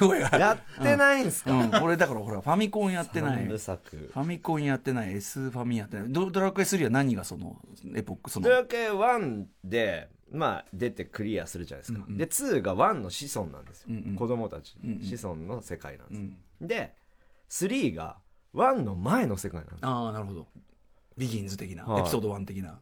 Speaker 1: 声が
Speaker 3: やってないんすか、
Speaker 1: うん、俺だからほらファミコンやってない
Speaker 3: 三部
Speaker 1: フ
Speaker 3: 作
Speaker 1: ァミコンやってない S ファミやってないドドラクエ3は何がそのエポックその
Speaker 3: ドラクエ1で、まあ、出てクリアするじゃないですか、
Speaker 1: うんうん
Speaker 3: で2が1の子孫なんですよ、
Speaker 1: うんうん
Speaker 3: 子供たち、
Speaker 1: うんうん
Speaker 3: 子孫の世界なん
Speaker 1: う
Speaker 3: です、
Speaker 1: ん
Speaker 3: で3が1の前の世界なんです
Speaker 1: ああなるほどビギンズ的な、
Speaker 3: はい
Speaker 1: エピソード1的な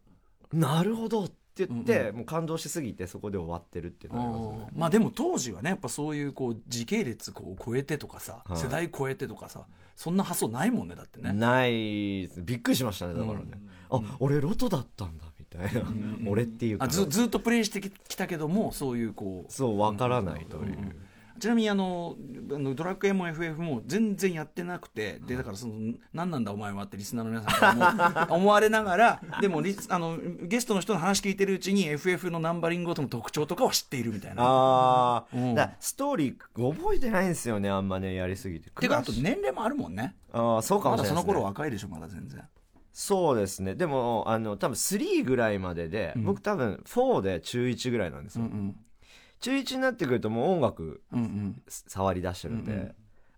Speaker 3: なるほどって言って、
Speaker 1: うんう
Speaker 3: もう感動しすぎてそこで終わってるってなりますよ
Speaker 1: ま
Speaker 3: ね
Speaker 1: あでも当時はねやっぱそういうこう時系列こう超えてとかさ、
Speaker 3: はい
Speaker 1: 世代超えてとかさそんな発想ないもんねだってね
Speaker 3: ないですびっくりしましたねだからね、あ、俺ロトだったんだみたいな、俺っていうか
Speaker 1: あずずっとプレイしてききたけどもそういうこう
Speaker 3: そうわからないという、
Speaker 1: ちなみにあのあのドラクエも FF も全然やってなくてでだからその何なんだお前はってリスナーの皆さんから
Speaker 3: <laughs>
Speaker 1: も思われながらでもリスあのゲストの人の話聞いてるうちに FF のナンバリングごとの特徴とかは知っているみたいな。
Speaker 3: ああ、
Speaker 1: うん
Speaker 3: だからストーリー覚えてないんですよねあんまねやりすぎて
Speaker 1: てかあと年齢もあるもんね
Speaker 3: ああそうか
Speaker 1: ま
Speaker 3: もしれ
Speaker 1: だ
Speaker 3: ないで
Speaker 1: そ
Speaker 3: す、ね、
Speaker 1: の頃若いでしょまだ全然
Speaker 3: そうですねでもあの多分3ぐらいまでで、
Speaker 1: ん
Speaker 3: 僕多分4で中1ぐらいなんです
Speaker 1: う
Speaker 3: よ、
Speaker 1: んうん
Speaker 3: 中1になってくるともう音楽
Speaker 1: うんうん
Speaker 3: 触り出してるんで、
Speaker 1: うんうん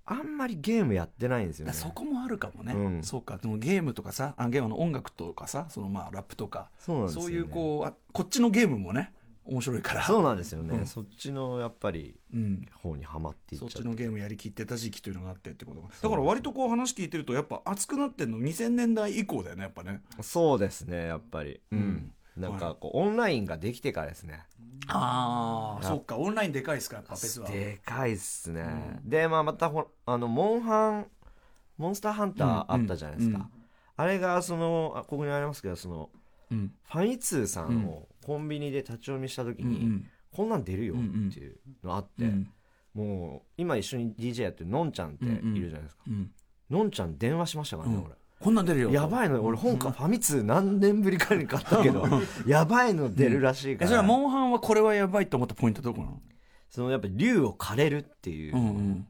Speaker 3: あんまりゲームやってないんですよ
Speaker 1: だ
Speaker 3: ね
Speaker 1: そこもあるかもね、
Speaker 3: うん
Speaker 1: そうかでもゲームとかさあゲームの音楽とかさそのまあラップとか
Speaker 3: そうなんですよね
Speaker 1: そういうこうあこっちのゲームもね面白いから
Speaker 3: そうなんですよね、
Speaker 1: うん
Speaker 3: そっちのやっぱり
Speaker 1: うん、
Speaker 3: 方にはまっていっち
Speaker 1: そ
Speaker 3: ゃ
Speaker 1: っ
Speaker 3: って
Speaker 1: ちのゲームやりきってた時期というのがあってってことがだから割とこう話聞いてるとやっぱ熱くなってんの2000年代以降だよねやっぱね
Speaker 3: そうですねやっぱりうん、なんかこうオンラインができてからですね
Speaker 1: ああそっかオンラインでかいですかやっぱ別は
Speaker 3: でかいっすね、でまあまたほらあのモンハンモンスターハンターあったじゃないですか、
Speaker 1: うんうん
Speaker 3: あれがそのあここにありますけどその
Speaker 1: うん
Speaker 3: ファミ通さんをコンビニで立ち読みした時
Speaker 1: うんう
Speaker 3: に、
Speaker 1: ん
Speaker 3: こんなん出るよっていうのあっ
Speaker 1: う
Speaker 3: て、
Speaker 1: ん
Speaker 3: もう今一緒に DJ やってるのんちゃんっているじゃないですか、
Speaker 1: うん
Speaker 3: のんちゃん電話しましたからね、
Speaker 1: うん
Speaker 3: 俺
Speaker 1: こんなん出るよ
Speaker 3: やばいの俺本かファミ通何年ぶりかに買った
Speaker 1: <laughs>
Speaker 3: けどやばいの出るらしい
Speaker 1: え
Speaker 3: から、
Speaker 1: それはモンハンはこれはやばいと思ったポイントどこなの
Speaker 3: そのやっぱ竜を枯れるっていう、
Speaker 1: うんうん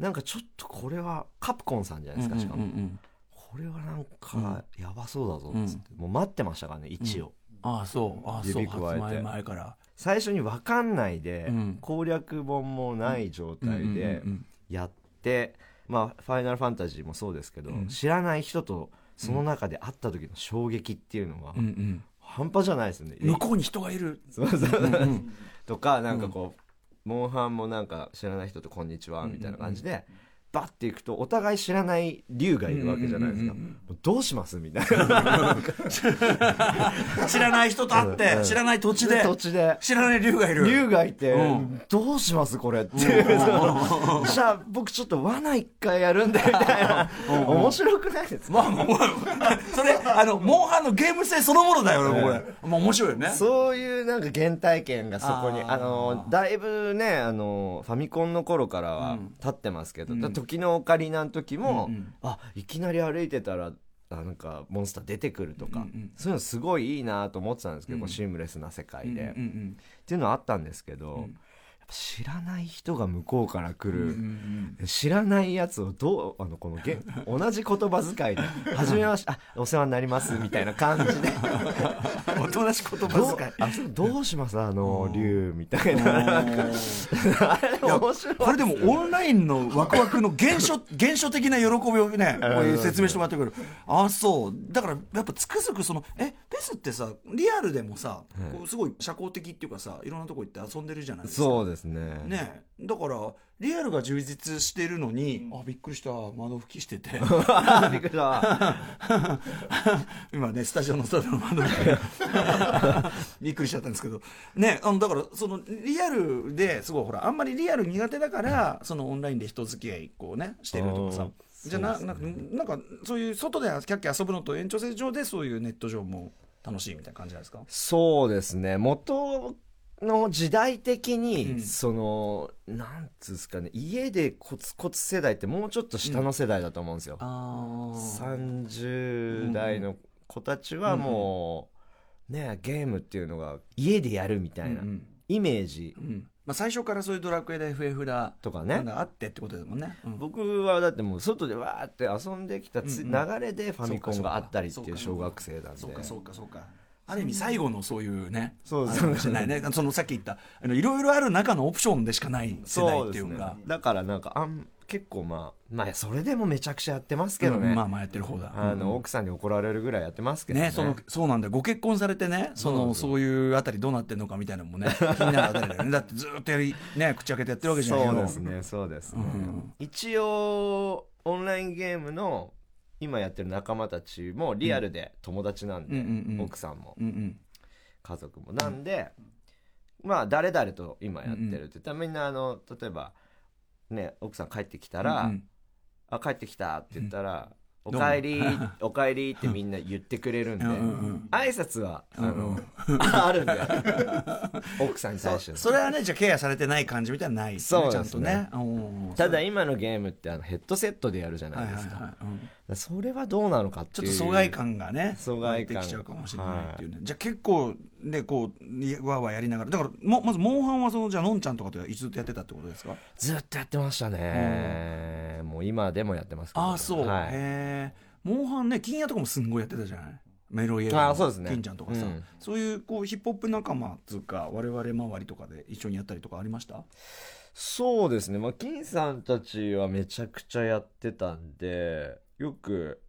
Speaker 3: なんかちょっとこれはカプコンさんじゃないですかしかも、
Speaker 1: うんうんうん
Speaker 3: これはなんかやばそうだぞっつって、もう待ってましたからね一応、
Speaker 1: ああそうああそう
Speaker 3: 指加えて
Speaker 1: 発売前から
Speaker 3: 最初に分かんないで、
Speaker 1: うん
Speaker 3: 攻略本もない状態で
Speaker 1: うんうんうん
Speaker 3: やって、まあ「ファイナルファンタジー」もそうですけど、知らない人とその中で会った時の衝撃っていうのは、
Speaker 1: うんうん
Speaker 3: 半端じゃないですよね、
Speaker 1: 向こうに人がいる
Speaker 3: そうそうそうとかなんかこう、モンハンもなんか知らない人と「こんにちは」みたいな感じで、バッていくとお互い知らない竜がいるわけじゃないですか、もうどうしますみたいな
Speaker 1: 知らない人と会って知らない土地で
Speaker 3: 土地で
Speaker 1: 知らない竜がいる
Speaker 3: 竜がいて、
Speaker 1: うん
Speaker 3: どうしますこれっていう、その <laughs> じゃあ僕ちょっと罠一回やるんでみたいな面白くないですか、
Speaker 1: まあ、もう <laughs> それ、あの、モンハンのゲーム性そのものだよね、これ。まあ、面白いよね。
Speaker 3: そういうなんか原体験がそこに
Speaker 1: あ
Speaker 3: あ
Speaker 1: ー
Speaker 3: のだいぶねあのファミコンの頃からは立ってますけど、だ時のオカリナの時も、あいきなり歩いてたらあなんかモンスター出てくるとか、そういうのすごいいいなと思ってたんですけど、こうシームレスな世界で、
Speaker 1: うんうん
Speaker 3: っていうのはあったんですけど、やっ知らない人が向こうから来
Speaker 1: う
Speaker 3: る、
Speaker 1: ん
Speaker 3: 知らないやつをどうあのこの <laughs> げ同じ言葉遣いで「はじめましてあお世話になります」みたいな感じで
Speaker 1: うんおとなしい言
Speaker 3: <laughs> ど
Speaker 1: 葉
Speaker 3: う
Speaker 1: 遣い
Speaker 3: あそうどうしますあ
Speaker 1: う
Speaker 3: の
Speaker 1: ん
Speaker 3: 竜みたいなあれ面白い
Speaker 1: これでもオンラインのワクワクの原
Speaker 3: <laughs>
Speaker 1: 初原初的な喜びをねこういう説明してもらってくるああそうだからやっぱつくづくそのえフェスってさリアルでもさ、こうすごい社交的っていうかさいろんなとこ行って遊んでるじゃないですか
Speaker 3: そうですね <laughs>
Speaker 1: ねだからリアルが充実してるのに、あびっくりした窓拭きしてて
Speaker 3: びっくりした
Speaker 1: <laughs> 今ねスタジオの外の窓拭き <laughs> びっくりしちゃったんですけどねあのだからそのリアルですごいほらあんまりリアル苦手だからそのオンラインで人付き合いこうねしてるとか
Speaker 3: う
Speaker 1: さ
Speaker 3: ん
Speaker 1: じゃあななんかなんかそういう外でキャッキャ遊ぶのと延長線上でそういうネット上も楽しいみたいな感じなんですか
Speaker 3: そうですね元の時代的に、
Speaker 1: うん
Speaker 3: そのなんつうんですかね家でコツコツ世代ってもうちょっと下の世代だと思うんですよ、
Speaker 1: あ
Speaker 3: 30代の子たちはもう、ねゲームっていうのが家でやるみたいな
Speaker 1: うん
Speaker 3: イメージ
Speaker 1: うんまあ、最初からそういうドラクエだ FF だ
Speaker 3: とか
Speaker 1: な
Speaker 3: ね
Speaker 1: んかあってってことですもんね、うん
Speaker 3: 僕はだってもう外でわーって遊んできたつ
Speaker 1: う
Speaker 3: 流
Speaker 1: んうん
Speaker 3: れでファミコンがあったりっていう小学生なんで
Speaker 1: そうかそうかそうかある意味最後のそういうね
Speaker 3: そうで
Speaker 1: あ
Speaker 3: す
Speaker 1: るかもしれないねそのさっき言ったあのいろいろある中のオプションでしかない世代
Speaker 3: そう
Speaker 1: って
Speaker 3: で
Speaker 1: い
Speaker 3: す
Speaker 1: う
Speaker 3: ね
Speaker 1: か
Speaker 3: だからなんかあん結構まあまあそれでもめちゃくちゃやってますけどね、
Speaker 1: うんまあまあやってる方だ
Speaker 3: あ
Speaker 1: うん
Speaker 3: の奥さんに怒られるぐらいやってますけどね
Speaker 1: ね、そのそうなんだよご結婚されてねそのそういうあたりどうなってんのかみたいなのもね気になるあたりだ
Speaker 3: <laughs>
Speaker 1: よねだってずーっとやり、ね、口開けてやってるわけじゃない
Speaker 3: そ
Speaker 1: け
Speaker 3: う
Speaker 1: ど
Speaker 3: ですねそうですね、
Speaker 1: うん
Speaker 3: 一応オンラインゲームの今やってる仲間たちもリアルで友達なん
Speaker 1: う
Speaker 3: で、
Speaker 1: んうんうん
Speaker 3: 奥さんも
Speaker 1: うんうん
Speaker 3: 家族もなんで、まあ誰々と今やってるって言ったらみんなあの例えばね奥さん帰ってきたら
Speaker 1: うん
Speaker 3: 「
Speaker 1: うん
Speaker 3: あ帰ってきた」って言ったら「
Speaker 1: う
Speaker 3: お
Speaker 1: ん
Speaker 3: かえり <laughs> おかえり」ってみんな言ってくれるんで、
Speaker 1: うんうん
Speaker 3: 挨拶はあ
Speaker 1: う
Speaker 3: の、
Speaker 1: ん
Speaker 3: <laughs> あるんで奥さんに対しての
Speaker 1: それはねじゃあケアされてない感じみたいなのないですね
Speaker 3: そうですね
Speaker 1: ちゃんとねうん
Speaker 3: ただ今のゲームってあのヘッドセットでやるじゃ
Speaker 1: は
Speaker 3: ないい
Speaker 1: はいは
Speaker 3: で
Speaker 1: い
Speaker 3: すか,、
Speaker 1: うん
Speaker 3: それはどうなのかって
Speaker 1: ちょ
Speaker 3: い
Speaker 1: っ
Speaker 3: う
Speaker 1: と疎外感がね
Speaker 3: 疎外感
Speaker 1: 湧いてきちゃうかもしれないっていうね、じゃあ結構ねこうわーわーやりながらだからもまずモンハンはそのじゃあのんちゃんとかといつずっとやってたってことですか
Speaker 3: ずっとやってましたね、もう今でもやってますけど
Speaker 1: ああそう、
Speaker 3: は
Speaker 1: へ
Speaker 3: い、
Speaker 1: えモンハンね金谷とかもすんごいやってたじゃないメロイエ
Speaker 3: あ
Speaker 1: の
Speaker 3: ーそうですね
Speaker 1: 金ちゃんとかさ、
Speaker 3: うん
Speaker 1: そういうこうヒップホップ仲間っつうか我々周りとかで一緒にやったりとかありました
Speaker 3: そうですねまあ金さんたちはめちゃくちゃやってたんでよく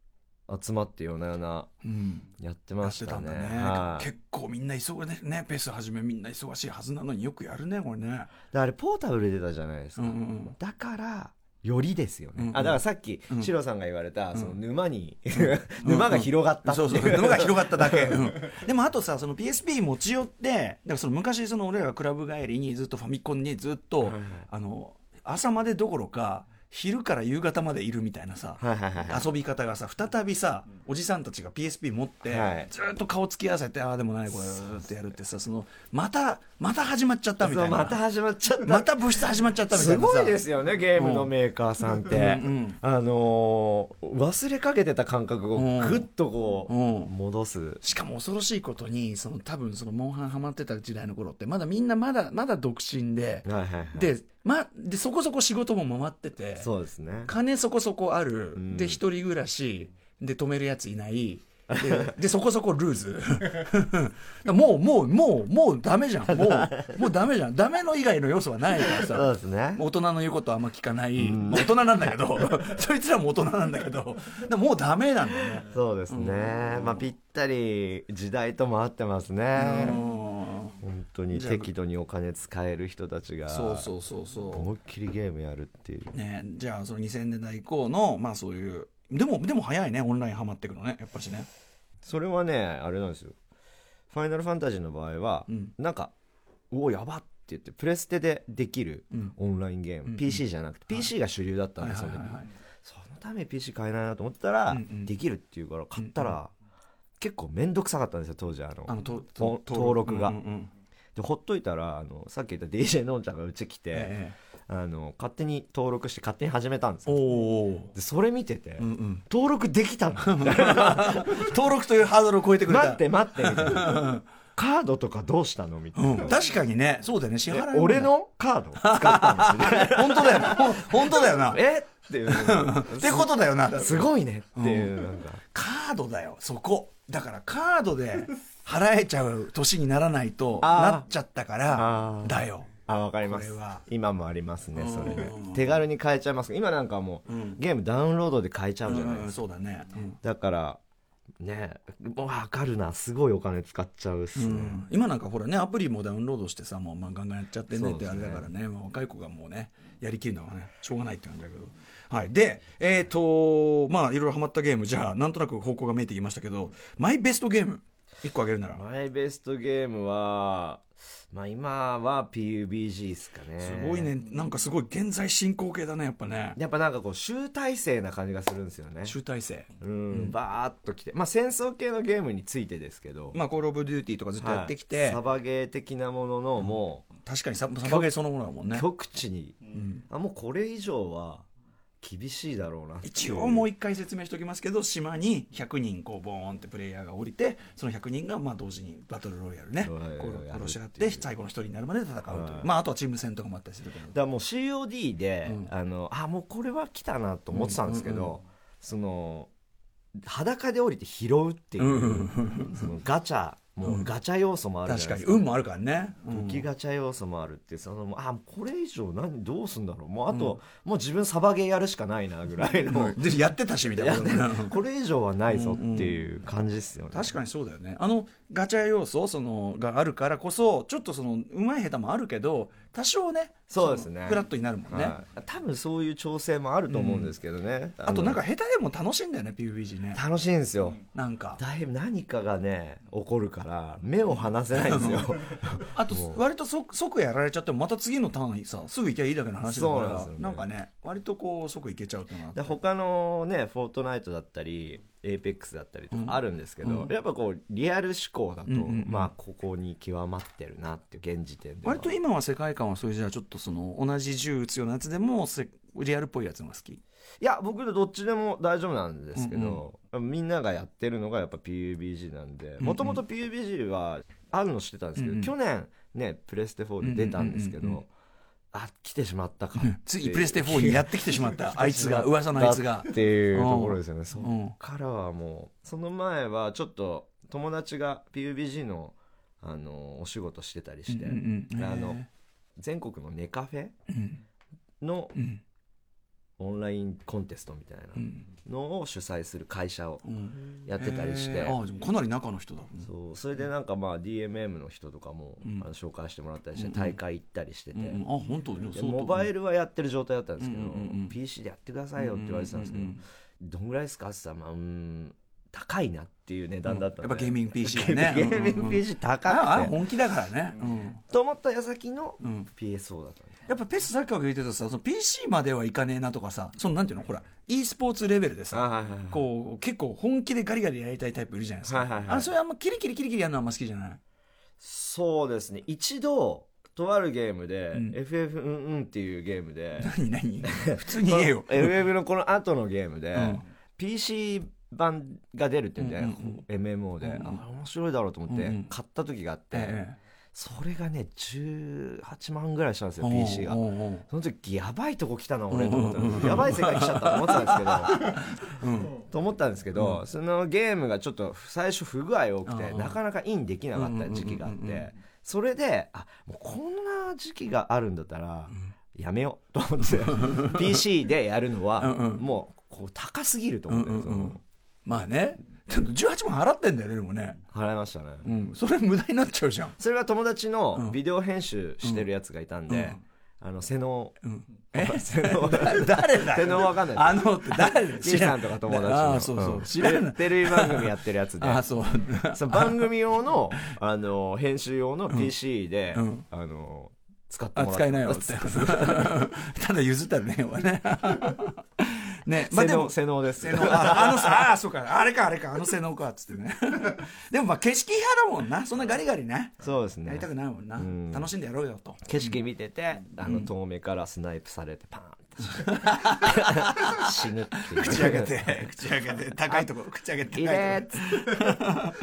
Speaker 3: 集まって夜な夜な
Speaker 1: うん
Speaker 3: やって
Speaker 1: や
Speaker 3: ま
Speaker 1: っ
Speaker 3: して
Speaker 1: た
Speaker 3: た
Speaker 1: ん
Speaker 3: ね
Speaker 1: だね
Speaker 3: はい
Speaker 1: 結構みんな忙しいねペース始めみんな忙しいはずなのによくやるねこれね
Speaker 3: であれポータブル出たじゃないです
Speaker 1: う
Speaker 3: か、
Speaker 1: んうん
Speaker 3: だからよりですよね、
Speaker 1: うんうん
Speaker 3: あだからさっき、
Speaker 1: うん
Speaker 3: シロさんが言われた、
Speaker 1: うん
Speaker 3: その沼に、 <laughs> 沼が広がったって
Speaker 1: そ
Speaker 3: い
Speaker 1: うそう沼が広がっただけ、 <laughs> でもあとさその PSP 持ち寄ってだからその昔その俺らがクラブ帰りにずっとファミコンにずっと、
Speaker 3: はい
Speaker 1: あの朝までどころか昼から夕方までいるみたいなさ、
Speaker 3: <laughs> はいはいはいはい
Speaker 1: 遊び方がさ再びさおじさんたちが PSP 持って、
Speaker 3: はい
Speaker 1: ずっと顔つき合わせてああでもないこれってやるってさそのまたまた始まっちゃったみたいな
Speaker 3: また始まっちゃった
Speaker 1: また部室始まっちゃったみたい
Speaker 3: す
Speaker 1: なさ
Speaker 3: ごいですよねゲームのメーカーさんって、
Speaker 1: うんうん
Speaker 3: あのー忘れかけてた感覚をぐっとこう、
Speaker 1: うん
Speaker 3: 戻す
Speaker 1: しかも恐ろしいことにその多分そのモンハンハマってた時代の頃ってまだみんなまだまだ独身で、
Speaker 3: はいはいはい
Speaker 1: で,、ま、でそこそこ仕事も回ってて
Speaker 3: そうですね
Speaker 1: 金そこそこある、
Speaker 3: ん
Speaker 1: で一人暮らしで止めるやついない
Speaker 3: <laughs>
Speaker 1: ででそこそこルーズ <laughs> もうもうもうもうダメじゃんも
Speaker 3: <laughs>
Speaker 1: うもうダメじゃんダメの以外の要素はないからさ
Speaker 3: そうですね
Speaker 1: 大人の言うことはあんま聞かない、まあ大人なんだけど <laughs> そいつらも大人なんだけどでももうダメなんだよね
Speaker 3: そうですね、まあぴったり時代とも合ってます
Speaker 1: う
Speaker 3: ね、
Speaker 1: ん
Speaker 3: 本当に適度にお金使える人たちが
Speaker 1: そうそうそうそ
Speaker 3: 思いっきりゲームやるっていう
Speaker 1: う。ね、じゃあその2000年代以降のまあそういうでもでも早いねオンラインハマってくのねやっぱしね。
Speaker 3: それはねあれなんですよ「ファイナルファンタジー」の場合は、
Speaker 1: うん
Speaker 3: なんか「おおやばっ!」って言ってプレステでできる
Speaker 1: うん
Speaker 3: オンラインゲーム、
Speaker 1: うん
Speaker 3: PC じゃなくて、PC が主流だったんですよね、そのため PC 買えないなと思ったら、
Speaker 1: うんうん
Speaker 3: できるっていうから買ったら、結構面倒くさかったんですよ当時あの
Speaker 1: あのと
Speaker 3: と登録が
Speaker 1: うんうん
Speaker 3: でほっといたらあのさっき言った DJ のんちゃんがうち来て、
Speaker 1: え
Speaker 3: あの勝手に登録して勝手に始めたんです
Speaker 1: えお
Speaker 3: よ
Speaker 1: お。
Speaker 3: でそれ見てて、
Speaker 1: うんうん。 <laughs>
Speaker 3: 登録できたの
Speaker 1: 登録というハードルを超えてくれた。
Speaker 3: 待って待ってみたいなカードとかどうしたのみたいな、
Speaker 1: うん、確かにねそうだよね支払いもね
Speaker 3: え俺のカード使ったんですよね
Speaker 1: 本当だ
Speaker 3: <laughs>
Speaker 1: よなほん本当だよな <laughs>
Speaker 3: えっていう
Speaker 1: ってことだよな
Speaker 3: すごいねっていうなんか、
Speaker 1: カードだよそこだからカードで払えちゃう年にならないと
Speaker 3: あー
Speaker 1: なっちゃったから
Speaker 3: あー
Speaker 1: だよ
Speaker 3: あわかりま
Speaker 1: こ
Speaker 3: す
Speaker 1: れは
Speaker 3: 今もありますねそれね
Speaker 1: うん
Speaker 3: 手軽に買えちゃいます今なんかもう、ゲームダウンロードで買えちゃうじゃないですか、
Speaker 1: うんそうだね、うん
Speaker 3: だからねもうわかるなすごいお金使っちゃうっすね、
Speaker 1: うん今なんかほらねアプリもダウンロードしてさもうまあガンガンやっちゃってねっ
Speaker 3: そう
Speaker 1: て
Speaker 3: です
Speaker 1: あ
Speaker 3: ね
Speaker 1: れだからねまあ若い子がもうねやりきるのはねしょうがないって感じだけど、はい、でえっ、とまあいろいろハマったゲームじゃあなんとなく方向が見えてきましたけどマイベストゲーム1個あげるなら
Speaker 3: マイベストゲームはまあ今は PUBG ですかね
Speaker 1: すごいねなんかすごい現在進行形だねやっぱね
Speaker 3: やっぱなんかこう集大成な感じがするんですよね
Speaker 1: 集大成
Speaker 3: うんバーっときてまあ戦争系のゲームについてですけど、
Speaker 1: まあコール・オブ・デューティーとかずっとやってきて、
Speaker 3: はいサバゲー的なもののも
Speaker 1: 確かにササバゲーそのものだもん
Speaker 3: う
Speaker 1: ね
Speaker 3: 極地に、
Speaker 1: ん
Speaker 3: あもうこれ以上は厳しいだろうなっていう
Speaker 1: 一応もう一回説明しておきますけど島に100人こうボーンってプレイヤーが降りてその100人がまあ同時にバトルロイヤルね
Speaker 3: ロイヤル
Speaker 1: こう
Speaker 3: やるっていう
Speaker 1: 殺し合って最後の一人になるまで戦うという、
Speaker 3: はい
Speaker 1: まああとはチーム戦とかもあったりするけど
Speaker 3: だからもう COD で、
Speaker 1: うん
Speaker 3: あのあもうこれは来たなと思ってたんですけど、
Speaker 1: うんうんうん
Speaker 3: その裸で降りて拾うっていう、そのガチャもうガチャ要素もあるじ
Speaker 1: <laughs> 確
Speaker 3: ゃな
Speaker 1: か
Speaker 3: いで
Speaker 1: に
Speaker 3: すか、
Speaker 1: 運もあるからね、うん
Speaker 3: 武器ガチャ要素もあるっていうそのもうあこれ以上何どうすんだろうもうあと、もう自分サバゲーやるしかないなぐらいの、
Speaker 1: でやってたしみたいなことね
Speaker 3: これ以上はないぞっていう感じですよね、
Speaker 1: 確かにそうだよねあのガチャ要素そのがあるからこそちょっとそのうまい下手もあるけど多少ね
Speaker 3: そうですね
Speaker 1: のフラットになるもんね、
Speaker 3: はい多分そういう調整もあると思うんですけどね、
Speaker 1: あと
Speaker 3: の
Speaker 1: なんか下手でも楽しいんだよね PUBG ね
Speaker 3: 楽しいんですよ、
Speaker 1: なんか
Speaker 3: だいぶ何かがね起こるから目を離せないんですよ
Speaker 1: あと割と即即やられちゃってもまた次のターンさすぐ行きゃいいだけの話だか
Speaker 3: そう
Speaker 1: ら
Speaker 3: なんで
Speaker 1: な
Speaker 3: す
Speaker 1: ん,、
Speaker 3: よね
Speaker 1: かね割とこう即行けちゃうとな
Speaker 3: <laughs> で他のね「フォートナイト」だったり「エイペックス」だったりとかあるんですけど、やっぱこうリアル思考だと、
Speaker 1: うんうんうん
Speaker 3: まあここに極まってるなっていう現時点では
Speaker 1: 割と今は世界観はそれじゃあちょっとその同じ銃撃つようなやつでもせリアルっぽいやつの方が好き
Speaker 3: いや僕どっちでも大丈夫なんですけど、みんながやってるのがやっぱ PUBG なんでもともと PUBG はあるの知ってたんですけど、
Speaker 1: うんうん
Speaker 3: 去年ねプレステ4で出たんですけど、
Speaker 1: うんうんうん
Speaker 3: あ来てしまったかっ
Speaker 1: <laughs>
Speaker 3: ていう
Speaker 1: ついにプレステ4にやってきてしまったあいつ
Speaker 3: <laughs>
Speaker 1: が噂のあいつが
Speaker 3: っていうところですよね、そ
Speaker 1: うん
Speaker 3: っからはもうその前はちょっと友達が PUBG のあのお仕事してたりして、
Speaker 1: うんうんうん
Speaker 3: あ
Speaker 1: へ
Speaker 3: の
Speaker 1: え
Speaker 3: 全国のネカフェ
Speaker 1: うん
Speaker 3: の
Speaker 1: うん
Speaker 3: オンラインコンテストみたいな
Speaker 1: うん
Speaker 3: のを主催する会社を
Speaker 1: うん
Speaker 3: やってたりし
Speaker 1: へ
Speaker 3: て、
Speaker 1: えあでもかなり中の人だ
Speaker 3: そうそれでなんかまあ DMM の人とかも、
Speaker 1: うん
Speaker 3: あの紹介してもらったりして大会行ったりしてて、
Speaker 1: うんうんあ本当
Speaker 3: でモバイ
Speaker 1: ル
Speaker 3: ルはやってる状態だったんですけど、
Speaker 1: うんうんうん
Speaker 3: PC でやってくださいよって言われてたんですけど、
Speaker 1: うんうんうん
Speaker 3: どんぐらいですかって言ったら、まあ、うーん高いなっていう値段だった
Speaker 1: やっぱゲーミン
Speaker 3: グ
Speaker 1: グ
Speaker 3: <laughs>
Speaker 1: PC だね
Speaker 3: ゲーミ
Speaker 1: う
Speaker 3: ン
Speaker 1: んうんう
Speaker 3: グ
Speaker 1: ん
Speaker 3: PC
Speaker 1: あ
Speaker 3: 高
Speaker 1: あ
Speaker 3: くて、
Speaker 1: 本気だからねうん
Speaker 3: と思った矢先の
Speaker 1: うん
Speaker 3: PSO だったんです
Speaker 1: やっぱペスさっきから言ってたさその PC まではいかねえなとかさそのなんていうのほら e スポーツレベルでさ
Speaker 3: はいはいはい
Speaker 1: こう結構本気でガリガリやりたいタイプいるじゃないですか、
Speaker 3: はいはいはい
Speaker 1: あれそれあんまキリキリキリキリやるのあんま好きじゃない
Speaker 3: そうですね一度とあるゲームで、
Speaker 1: うん
Speaker 3: FF うんうんっていうゲームで
Speaker 1: 何何普通 <laughs> に言
Speaker 3: <laughs>
Speaker 1: えよ
Speaker 3: この FF のこの後のゲームで、
Speaker 1: うん
Speaker 3: PC 版が出るって言うんで、
Speaker 1: うん
Speaker 3: こう MMO で、
Speaker 1: うんうん
Speaker 3: あ面白いだろうと思って、
Speaker 1: うんうん
Speaker 3: 買った時があって、
Speaker 1: え
Speaker 3: それがね18万ぐらいしたんです
Speaker 1: え
Speaker 3: よ PC が
Speaker 1: おうおうおう
Speaker 3: その時やばいとこ来たな俺と思ったんですよやばい世界来ちゃったと思ってたんです
Speaker 1: うん
Speaker 3: けどと思ったんですけど、そのゲームがちょっと最初不具合多くて
Speaker 1: うんうん
Speaker 3: なかなかインできなかった時期があっ
Speaker 1: うんうんうんうんうん
Speaker 3: てそれであもうこんな時期があるんだったらやめようと思っ
Speaker 1: <laughs>
Speaker 3: て PC でやる
Speaker 1: う
Speaker 3: の
Speaker 1: ん
Speaker 3: は
Speaker 1: うん
Speaker 3: もうこう高すぎると思って、
Speaker 1: うんうんうん
Speaker 3: その
Speaker 1: まあねちょっと18万払ってんだよねでもね、
Speaker 3: 払いましたね、
Speaker 1: うん、それ無駄になっちゃうじゃん、
Speaker 3: それは友達
Speaker 1: うん
Speaker 3: のビデオ編集してるやつがいたんで、
Speaker 1: うん
Speaker 3: あの瀬能
Speaker 1: うん、え
Speaker 3: 瀬能
Speaker 1: 誰だ
Speaker 3: <laughs> 瀬能
Speaker 1: よ
Speaker 3: わかんない
Speaker 1: あのって
Speaker 3: <laughs>
Speaker 1: 誰だよ
Speaker 3: じいさんとか友達の
Speaker 1: ああそうそう、
Speaker 3: ん
Speaker 1: 知らない
Speaker 3: テレビ番組やってるやつで
Speaker 1: ああそう
Speaker 3: その番組用のあの編集用の PC で、
Speaker 1: うん
Speaker 3: あの使って
Speaker 1: あ
Speaker 3: もらって
Speaker 1: 使えないよってただ譲ったらねえわ <laughs> ねね
Speaker 3: <laughs>
Speaker 1: まあ
Speaker 3: 性
Speaker 1: でも
Speaker 3: 能性能です
Speaker 1: 性能ああのさあそうかあれかあれかあの性能かっつってねでもまあ景色派だもんなそんなガリガリね
Speaker 3: そうです
Speaker 1: やり
Speaker 3: ね
Speaker 1: たくないもんな、
Speaker 3: うん
Speaker 1: 楽しんでやろうよと
Speaker 3: 景色見てて、あの遠目からスナイプされてパーンっ
Speaker 1: <laughs>
Speaker 3: て死ぬっていう
Speaker 1: 口開け <laughs> て、口開けて、高いとこ、口開けて、
Speaker 3: いい
Speaker 1: 高い
Speaker 3: ね
Speaker 1: とこ。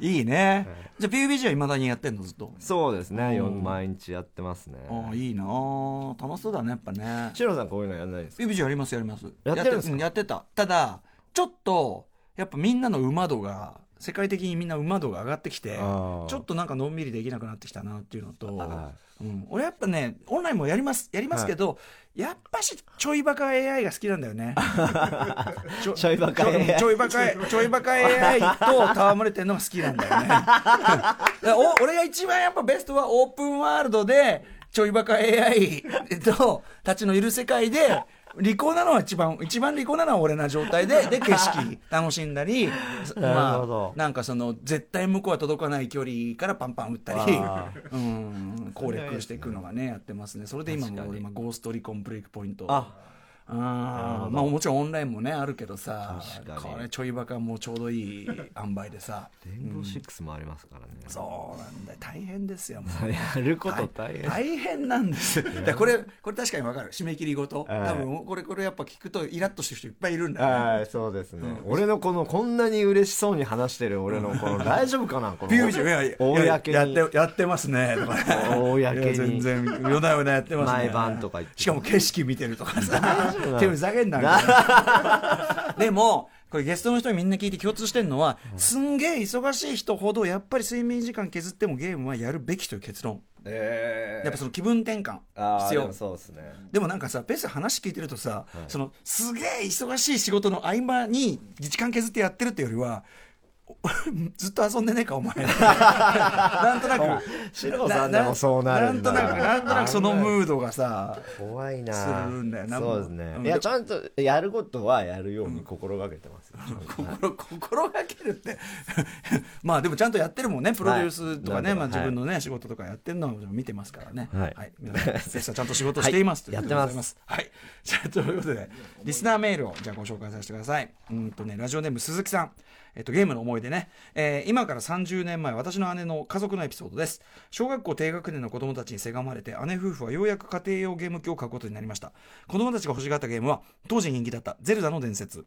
Speaker 1: いいね。じゃあ PUBG はいまだにやってんの、ずっと。
Speaker 3: そうですね、よ毎日やってますね
Speaker 1: ああ、いいなあ楽しそうだね、やっぱね。
Speaker 3: シロさんこういうのやらないですか
Speaker 1: PUBG やります、やります。
Speaker 3: やってるんですか
Speaker 1: やってた。ただ、ちょっと、やっぱみんなの馬度が、世界的にみんな馬度が上がってきて、ち
Speaker 3: あー
Speaker 1: ょっとなんかのんびりできなくなってきたなっていうのと、
Speaker 3: は
Speaker 1: うん、俺やっぱねオンラインもやりますやりますけど、やっぱしちょいバカ AI が好きなんだよ
Speaker 3: <laughs>
Speaker 1: ねちょ
Speaker 3: ちょいバカ
Speaker 1: ちょ
Speaker 3: AI
Speaker 1: ちょいバカちょいバカ AI と戯れてるのが好きなんだよねだからお俺が一番やっぱベストはオープンワールドでちょいバカ AI とたちのいる世界で利口なのは一番、一番利口なのは俺な状態で、で、景色楽しんだり、
Speaker 3: <laughs> なるほど
Speaker 1: まあ、なんかその、絶対向こうは届かない距離からパンパン打ったり
Speaker 3: あ、
Speaker 1: うん、攻略していくのがね、やってますね。それで今も
Speaker 3: 確か
Speaker 1: 俺、
Speaker 3: に
Speaker 1: 今、ゴーストリコンブレイクポイント。
Speaker 3: あ
Speaker 1: あーまあもちろんオンラインもね、あるけどさ
Speaker 3: 確、かに
Speaker 1: これちょいバカもちょうどいい塩梅でさ。
Speaker 3: レインボーシックスもありますからね、
Speaker 1: そうなんだよ。大変ですよ、もう。
Speaker 3: やる <laughs> こと大変、
Speaker 1: 大変なんです。だからこれ、これ確かにわかる。締め切りごと。
Speaker 3: はい
Speaker 1: 多分、これ、これやっぱ聞くとイラッとしてる人いっぱいいるんだよね。
Speaker 3: はい、そうですね、俺のこのこんなに嬉しそうに話してる俺のこ
Speaker 1: <laughs>
Speaker 3: の大丈夫かなこの
Speaker 1: ビュージュいやいや
Speaker 3: 公
Speaker 1: や
Speaker 3: に
Speaker 1: ってやってますねとかね
Speaker 3: 公に
Speaker 1: いや全然夜な夜なやってますね
Speaker 3: 毎晩とか言って
Speaker 1: しかも景色見てるとか
Speaker 3: <laughs>
Speaker 1: さ手ふざけんなみたいなでもこれゲストの人にみんな聞いて共通してるのは、すんげえ忙しい人ほどやっぱり睡眠時間削ってもゲームはやるべきという結論
Speaker 3: え
Speaker 1: やっぱその気分転換
Speaker 3: あー
Speaker 1: 必
Speaker 3: で
Speaker 1: 要
Speaker 3: もそうですね
Speaker 1: でもなんかさペース話聞いてるとさ、そのすげえ忙しい仕事の合間に時間削ってやってるってよりは <laughs> おずっと遊んでねえかお
Speaker 3: <laughs>
Speaker 1: 前なんとなく
Speaker 3: シロさんでもそうなる
Speaker 1: ん
Speaker 3: ん
Speaker 1: な
Speaker 3: だ
Speaker 1: んとなくなんとなくそのムードがさ
Speaker 3: 怖いな
Speaker 1: するんだよな
Speaker 3: そうですね、
Speaker 1: もう
Speaker 3: いやちゃんとやることはやるように心がけてますよ、
Speaker 1: 心心がけるって <laughs> まあでもちゃんとやってるもんねプロデュースとかね、
Speaker 3: はい
Speaker 1: まあ、
Speaker 3: なんと
Speaker 1: 自
Speaker 3: か
Speaker 1: 分のね、仕事とかやってるのを見てますからね
Speaker 3: はい
Speaker 1: 皆さん絶賛ちゃんと仕事しています、
Speaker 3: はい
Speaker 1: ということでござ
Speaker 3: やっ
Speaker 1: い
Speaker 3: て
Speaker 1: ま
Speaker 3: ます
Speaker 1: はいじゃあということでリスナーメールをじゃあご紹介させてくださいうんとねラジオネーム鈴木さんえっと、ゲームの思い出ね、えー今から30年前私の姉の家族のエピソードです小学校低学年の子供たちにせがまれて姉夫婦はようやく家庭用ゲーム機を買うことになりました子供たちが欲しがったゲームは当時人気だった「ゼルダの伝説」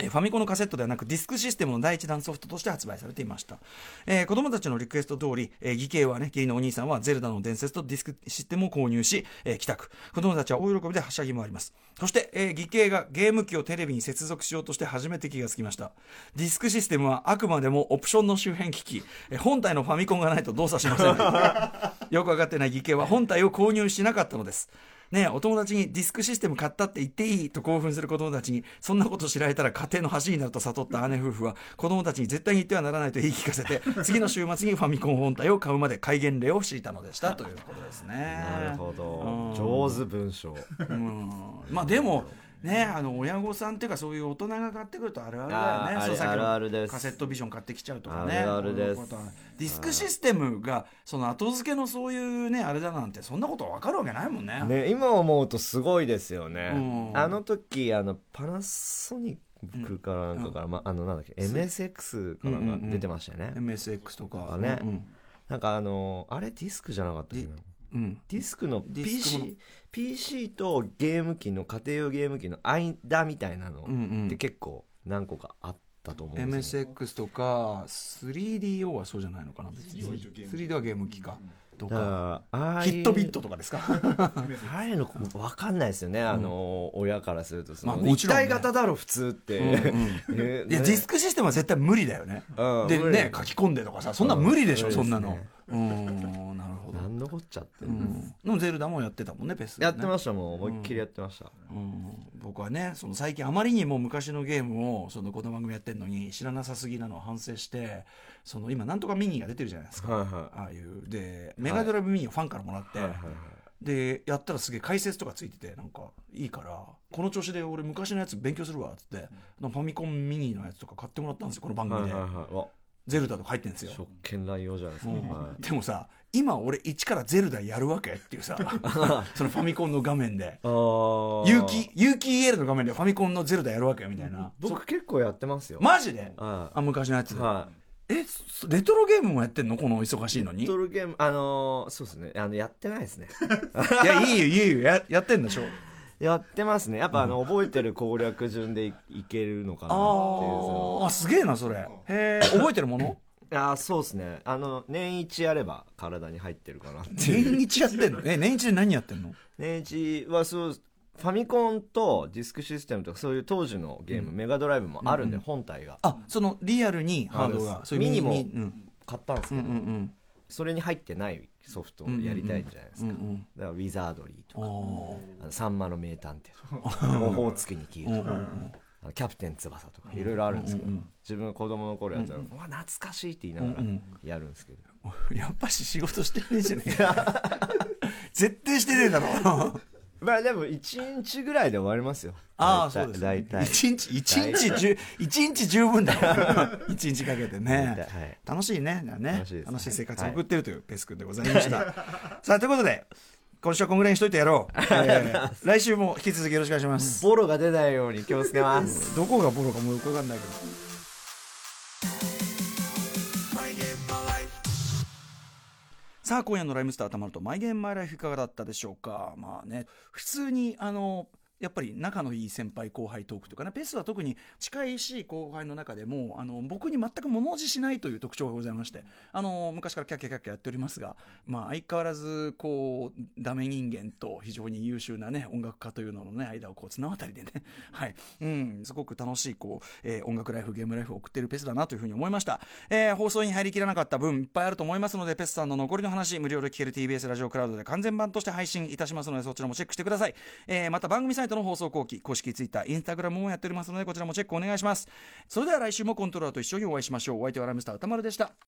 Speaker 1: えーファミコンのカセットではなくディスクシステムの第一弾ソフトとして発売されていました、えー子供たちのリクエスト通り、えー、義兄はね義理のお兄さんはゼルダの伝説とディスクシステムを購入し、えー帰宅子供たちは大喜びではしゃぎ回りますそして、えー義兄がゲーム機をテレビに接続しようとして初めて気がつきましたディスクシステムはあくまでもオプションの周辺機器、えー本体のファミコンがないと動作しませんよくわかってない義兄は本体を購入しなかったのです。ねえお友達にディスクシステム買ったって言っていいと興奮する子供たちに、そんなこと知られたら家庭の恥になると悟った姉夫婦は、子供たちに絶対に言ってはならないと言い聞かせ
Speaker 3: <laughs>
Speaker 1: て、次の週末にファミコン本体を買うまで戒厳令を敷いたのでしたということですね。
Speaker 3: なるほど上手文章
Speaker 1: うんまあでも、ね、あの親御さんっていうかそういう大人が買ってくるとあるあるだよ
Speaker 3: あ
Speaker 1: ね
Speaker 3: ー
Speaker 1: そう
Speaker 3: あれ
Speaker 1: さっきの
Speaker 3: あるあるです
Speaker 1: カセットビジョン買ってきちゃうとかね
Speaker 3: あるあるです
Speaker 1: こういうことはディスクシステムがその後付けのそういうねあれだなんてそんなこと分かるわけないもんね
Speaker 3: ね、今思うとすごいですよね、
Speaker 1: うん
Speaker 3: あの時あのパナソニックからなんかから、まあのなんだっけ MSX から
Speaker 1: うんう
Speaker 3: が
Speaker 1: んうん
Speaker 3: 出てましたよね、
Speaker 1: MSX とか
Speaker 3: ね
Speaker 1: うん
Speaker 3: なんかあのあれディスクじゃなかったっけな
Speaker 1: うんうん
Speaker 3: ディスクの
Speaker 1: ディスクも
Speaker 3: PC, PC とゲーム機の家庭用ゲーム機の間みたいなの
Speaker 1: うんうん
Speaker 3: って結構何個かあったと思うんですよ、
Speaker 1: MSX とか 3DO はそうじゃないのかな別に 3D はゲーム機かと
Speaker 3: だ
Speaker 1: か
Speaker 3: からああい
Speaker 1: ヒ
Speaker 3: う
Speaker 1: ットビットとかです
Speaker 3: <laughs>
Speaker 1: か
Speaker 3: ああいうの分かんないですよね、あの親からするとその、
Speaker 1: まあもちろんね
Speaker 3: 一体型だろ普通って、
Speaker 1: いや
Speaker 3: えね
Speaker 1: ディスクシステムは絶対無理だよね
Speaker 3: うん
Speaker 1: で
Speaker 3: 無理
Speaker 1: ね書き込んでとかさそんな無理でしょ
Speaker 3: うん
Speaker 1: そんなの
Speaker 3: 無理で
Speaker 1: うんなるほど
Speaker 3: なんのこっちゃって、
Speaker 1: うんでもゼルダもやってたもんねペス、ね、
Speaker 3: やってましたもん思いっきりやってました、
Speaker 1: うん僕はねその最近あまりにも昔のゲームをそのこの番組やってるのに知らなさすぎなのを反省してその今なんとかミニが出てるじゃないですか、
Speaker 3: はいは
Speaker 1: ああいうでメガドライブミニをファンからもらって、
Speaker 3: いはいはい
Speaker 1: でやったらすげえ解説とかついててなんかいいからこの調子で俺昔のやつ勉強するわっつってファミコンミニのやつとか買ってもらったんですよこの番
Speaker 3: はい
Speaker 1: 組
Speaker 3: はい
Speaker 1: で、
Speaker 3: はいわ
Speaker 1: ゼルダとか入ってるんですよ
Speaker 3: 職権乱用じゃないですか、は
Speaker 1: でもさ今俺一からゼルダやるわけっていう
Speaker 3: <laughs>
Speaker 1: さそのファミコンの画面で
Speaker 3: い、
Speaker 1: 有機有機 EL の画面でファミコンのゼルダやるわけみたいな
Speaker 3: 僕結構やってますよ、
Speaker 1: マジで
Speaker 3: は
Speaker 1: あ昔のやつ
Speaker 3: い
Speaker 1: で
Speaker 3: は
Speaker 1: えそレトロゲームもやってんのこの忙しいの
Speaker 3: い
Speaker 1: に
Speaker 3: トルゲームあのーそうですねあのやってないですね
Speaker 1: いやいいよいいよややってんでしょ
Speaker 3: <laughs> やってますねやっぱあの覚えてる攻略順でいいけるのかなっていう
Speaker 1: ああすげえなそれへえ覚えてる
Speaker 3: <laughs>
Speaker 1: もの
Speaker 3: そのあーそうですねあの年一やれば体に入ってるかなっていう
Speaker 1: 年一やってんのえ年一で何やってんの
Speaker 3: <laughs> 年一はそうファミコンとディスクシステムとかそういう当時のゲーム、メガドライブもあるんで、本体が
Speaker 1: あそのリアルにハード
Speaker 3: あ
Speaker 1: が
Speaker 3: の
Speaker 1: そういう
Speaker 3: ミニも
Speaker 1: ミニうん
Speaker 3: 買ったんですけ
Speaker 1: うん
Speaker 3: ど、
Speaker 1: うん
Speaker 3: それに入ってないソフトをやりたいじゃないですか、
Speaker 1: うんうん
Speaker 3: だからウィザードリー
Speaker 1: あ
Speaker 3: とか
Speaker 1: ー
Speaker 3: 「あのさんまの名探偵」とか「オホーツクに消える」と
Speaker 1: うんう
Speaker 3: か「あのキャプテン翼」とかいろいろあるんですけど、自分が子供の頃やったら「うわ懐かしい」って言いながらやるんですけど、
Speaker 1: <laughs> やっぱし仕事してねえじゃねえか
Speaker 3: <laughs>
Speaker 1: 絶対してねえだろ
Speaker 3: まあでも1日ぐらいで終わりますよ
Speaker 1: ああ
Speaker 3: 大体
Speaker 1: そうです
Speaker 3: 大体
Speaker 1: 一日一日十一日十分だよ <laughs> 一日かけて
Speaker 3: 大体は
Speaker 1: ね
Speaker 3: い
Speaker 1: 楽しいねじゃあね
Speaker 3: 楽しいですね
Speaker 1: 楽しい生活を送ってるというペス君でございましたさあということで今週はこんぐらいにしといてやろう、えー来週も引き続きよろしくお願いします
Speaker 3: ボロが出ないように気をつけます
Speaker 1: どこがボロかもうかんないけどさあ今夜の「ライムスターたまると「マイゲームマイライフ」いかがだったでしょうかまあね普通にあのやっぱり仲のいい先輩後輩トークというかねペスは特に近いし後輩の中でもあの僕に全く物おじしないという特徴がございましてあの昔からキャッキャキャッキャやっておりますが、まあ、相変わらずこうダメ人間と非常に優秀な、ね、音楽家というのの、ね、間をこう綱渡りでね、 <laughs> はいうん、すごく楽しいこう、えー音楽ライフゲームライフを送っているペスだなというふうに思いました、えー放送に入りきらなかった分いっぱいあると思いますのでペスさんの残りの話無料で聞ける TBS ラジオクラウドで完全版として配信いたしますのでそちらもチェックしてください、えーまた番組サイトの放送後期公式 Twitter インスタグラムもやっておりますのでこちらもチェックお願いしますそれでは来週もコントローラーと一緒にお会いしましょうお相手はライムスター歌丸でした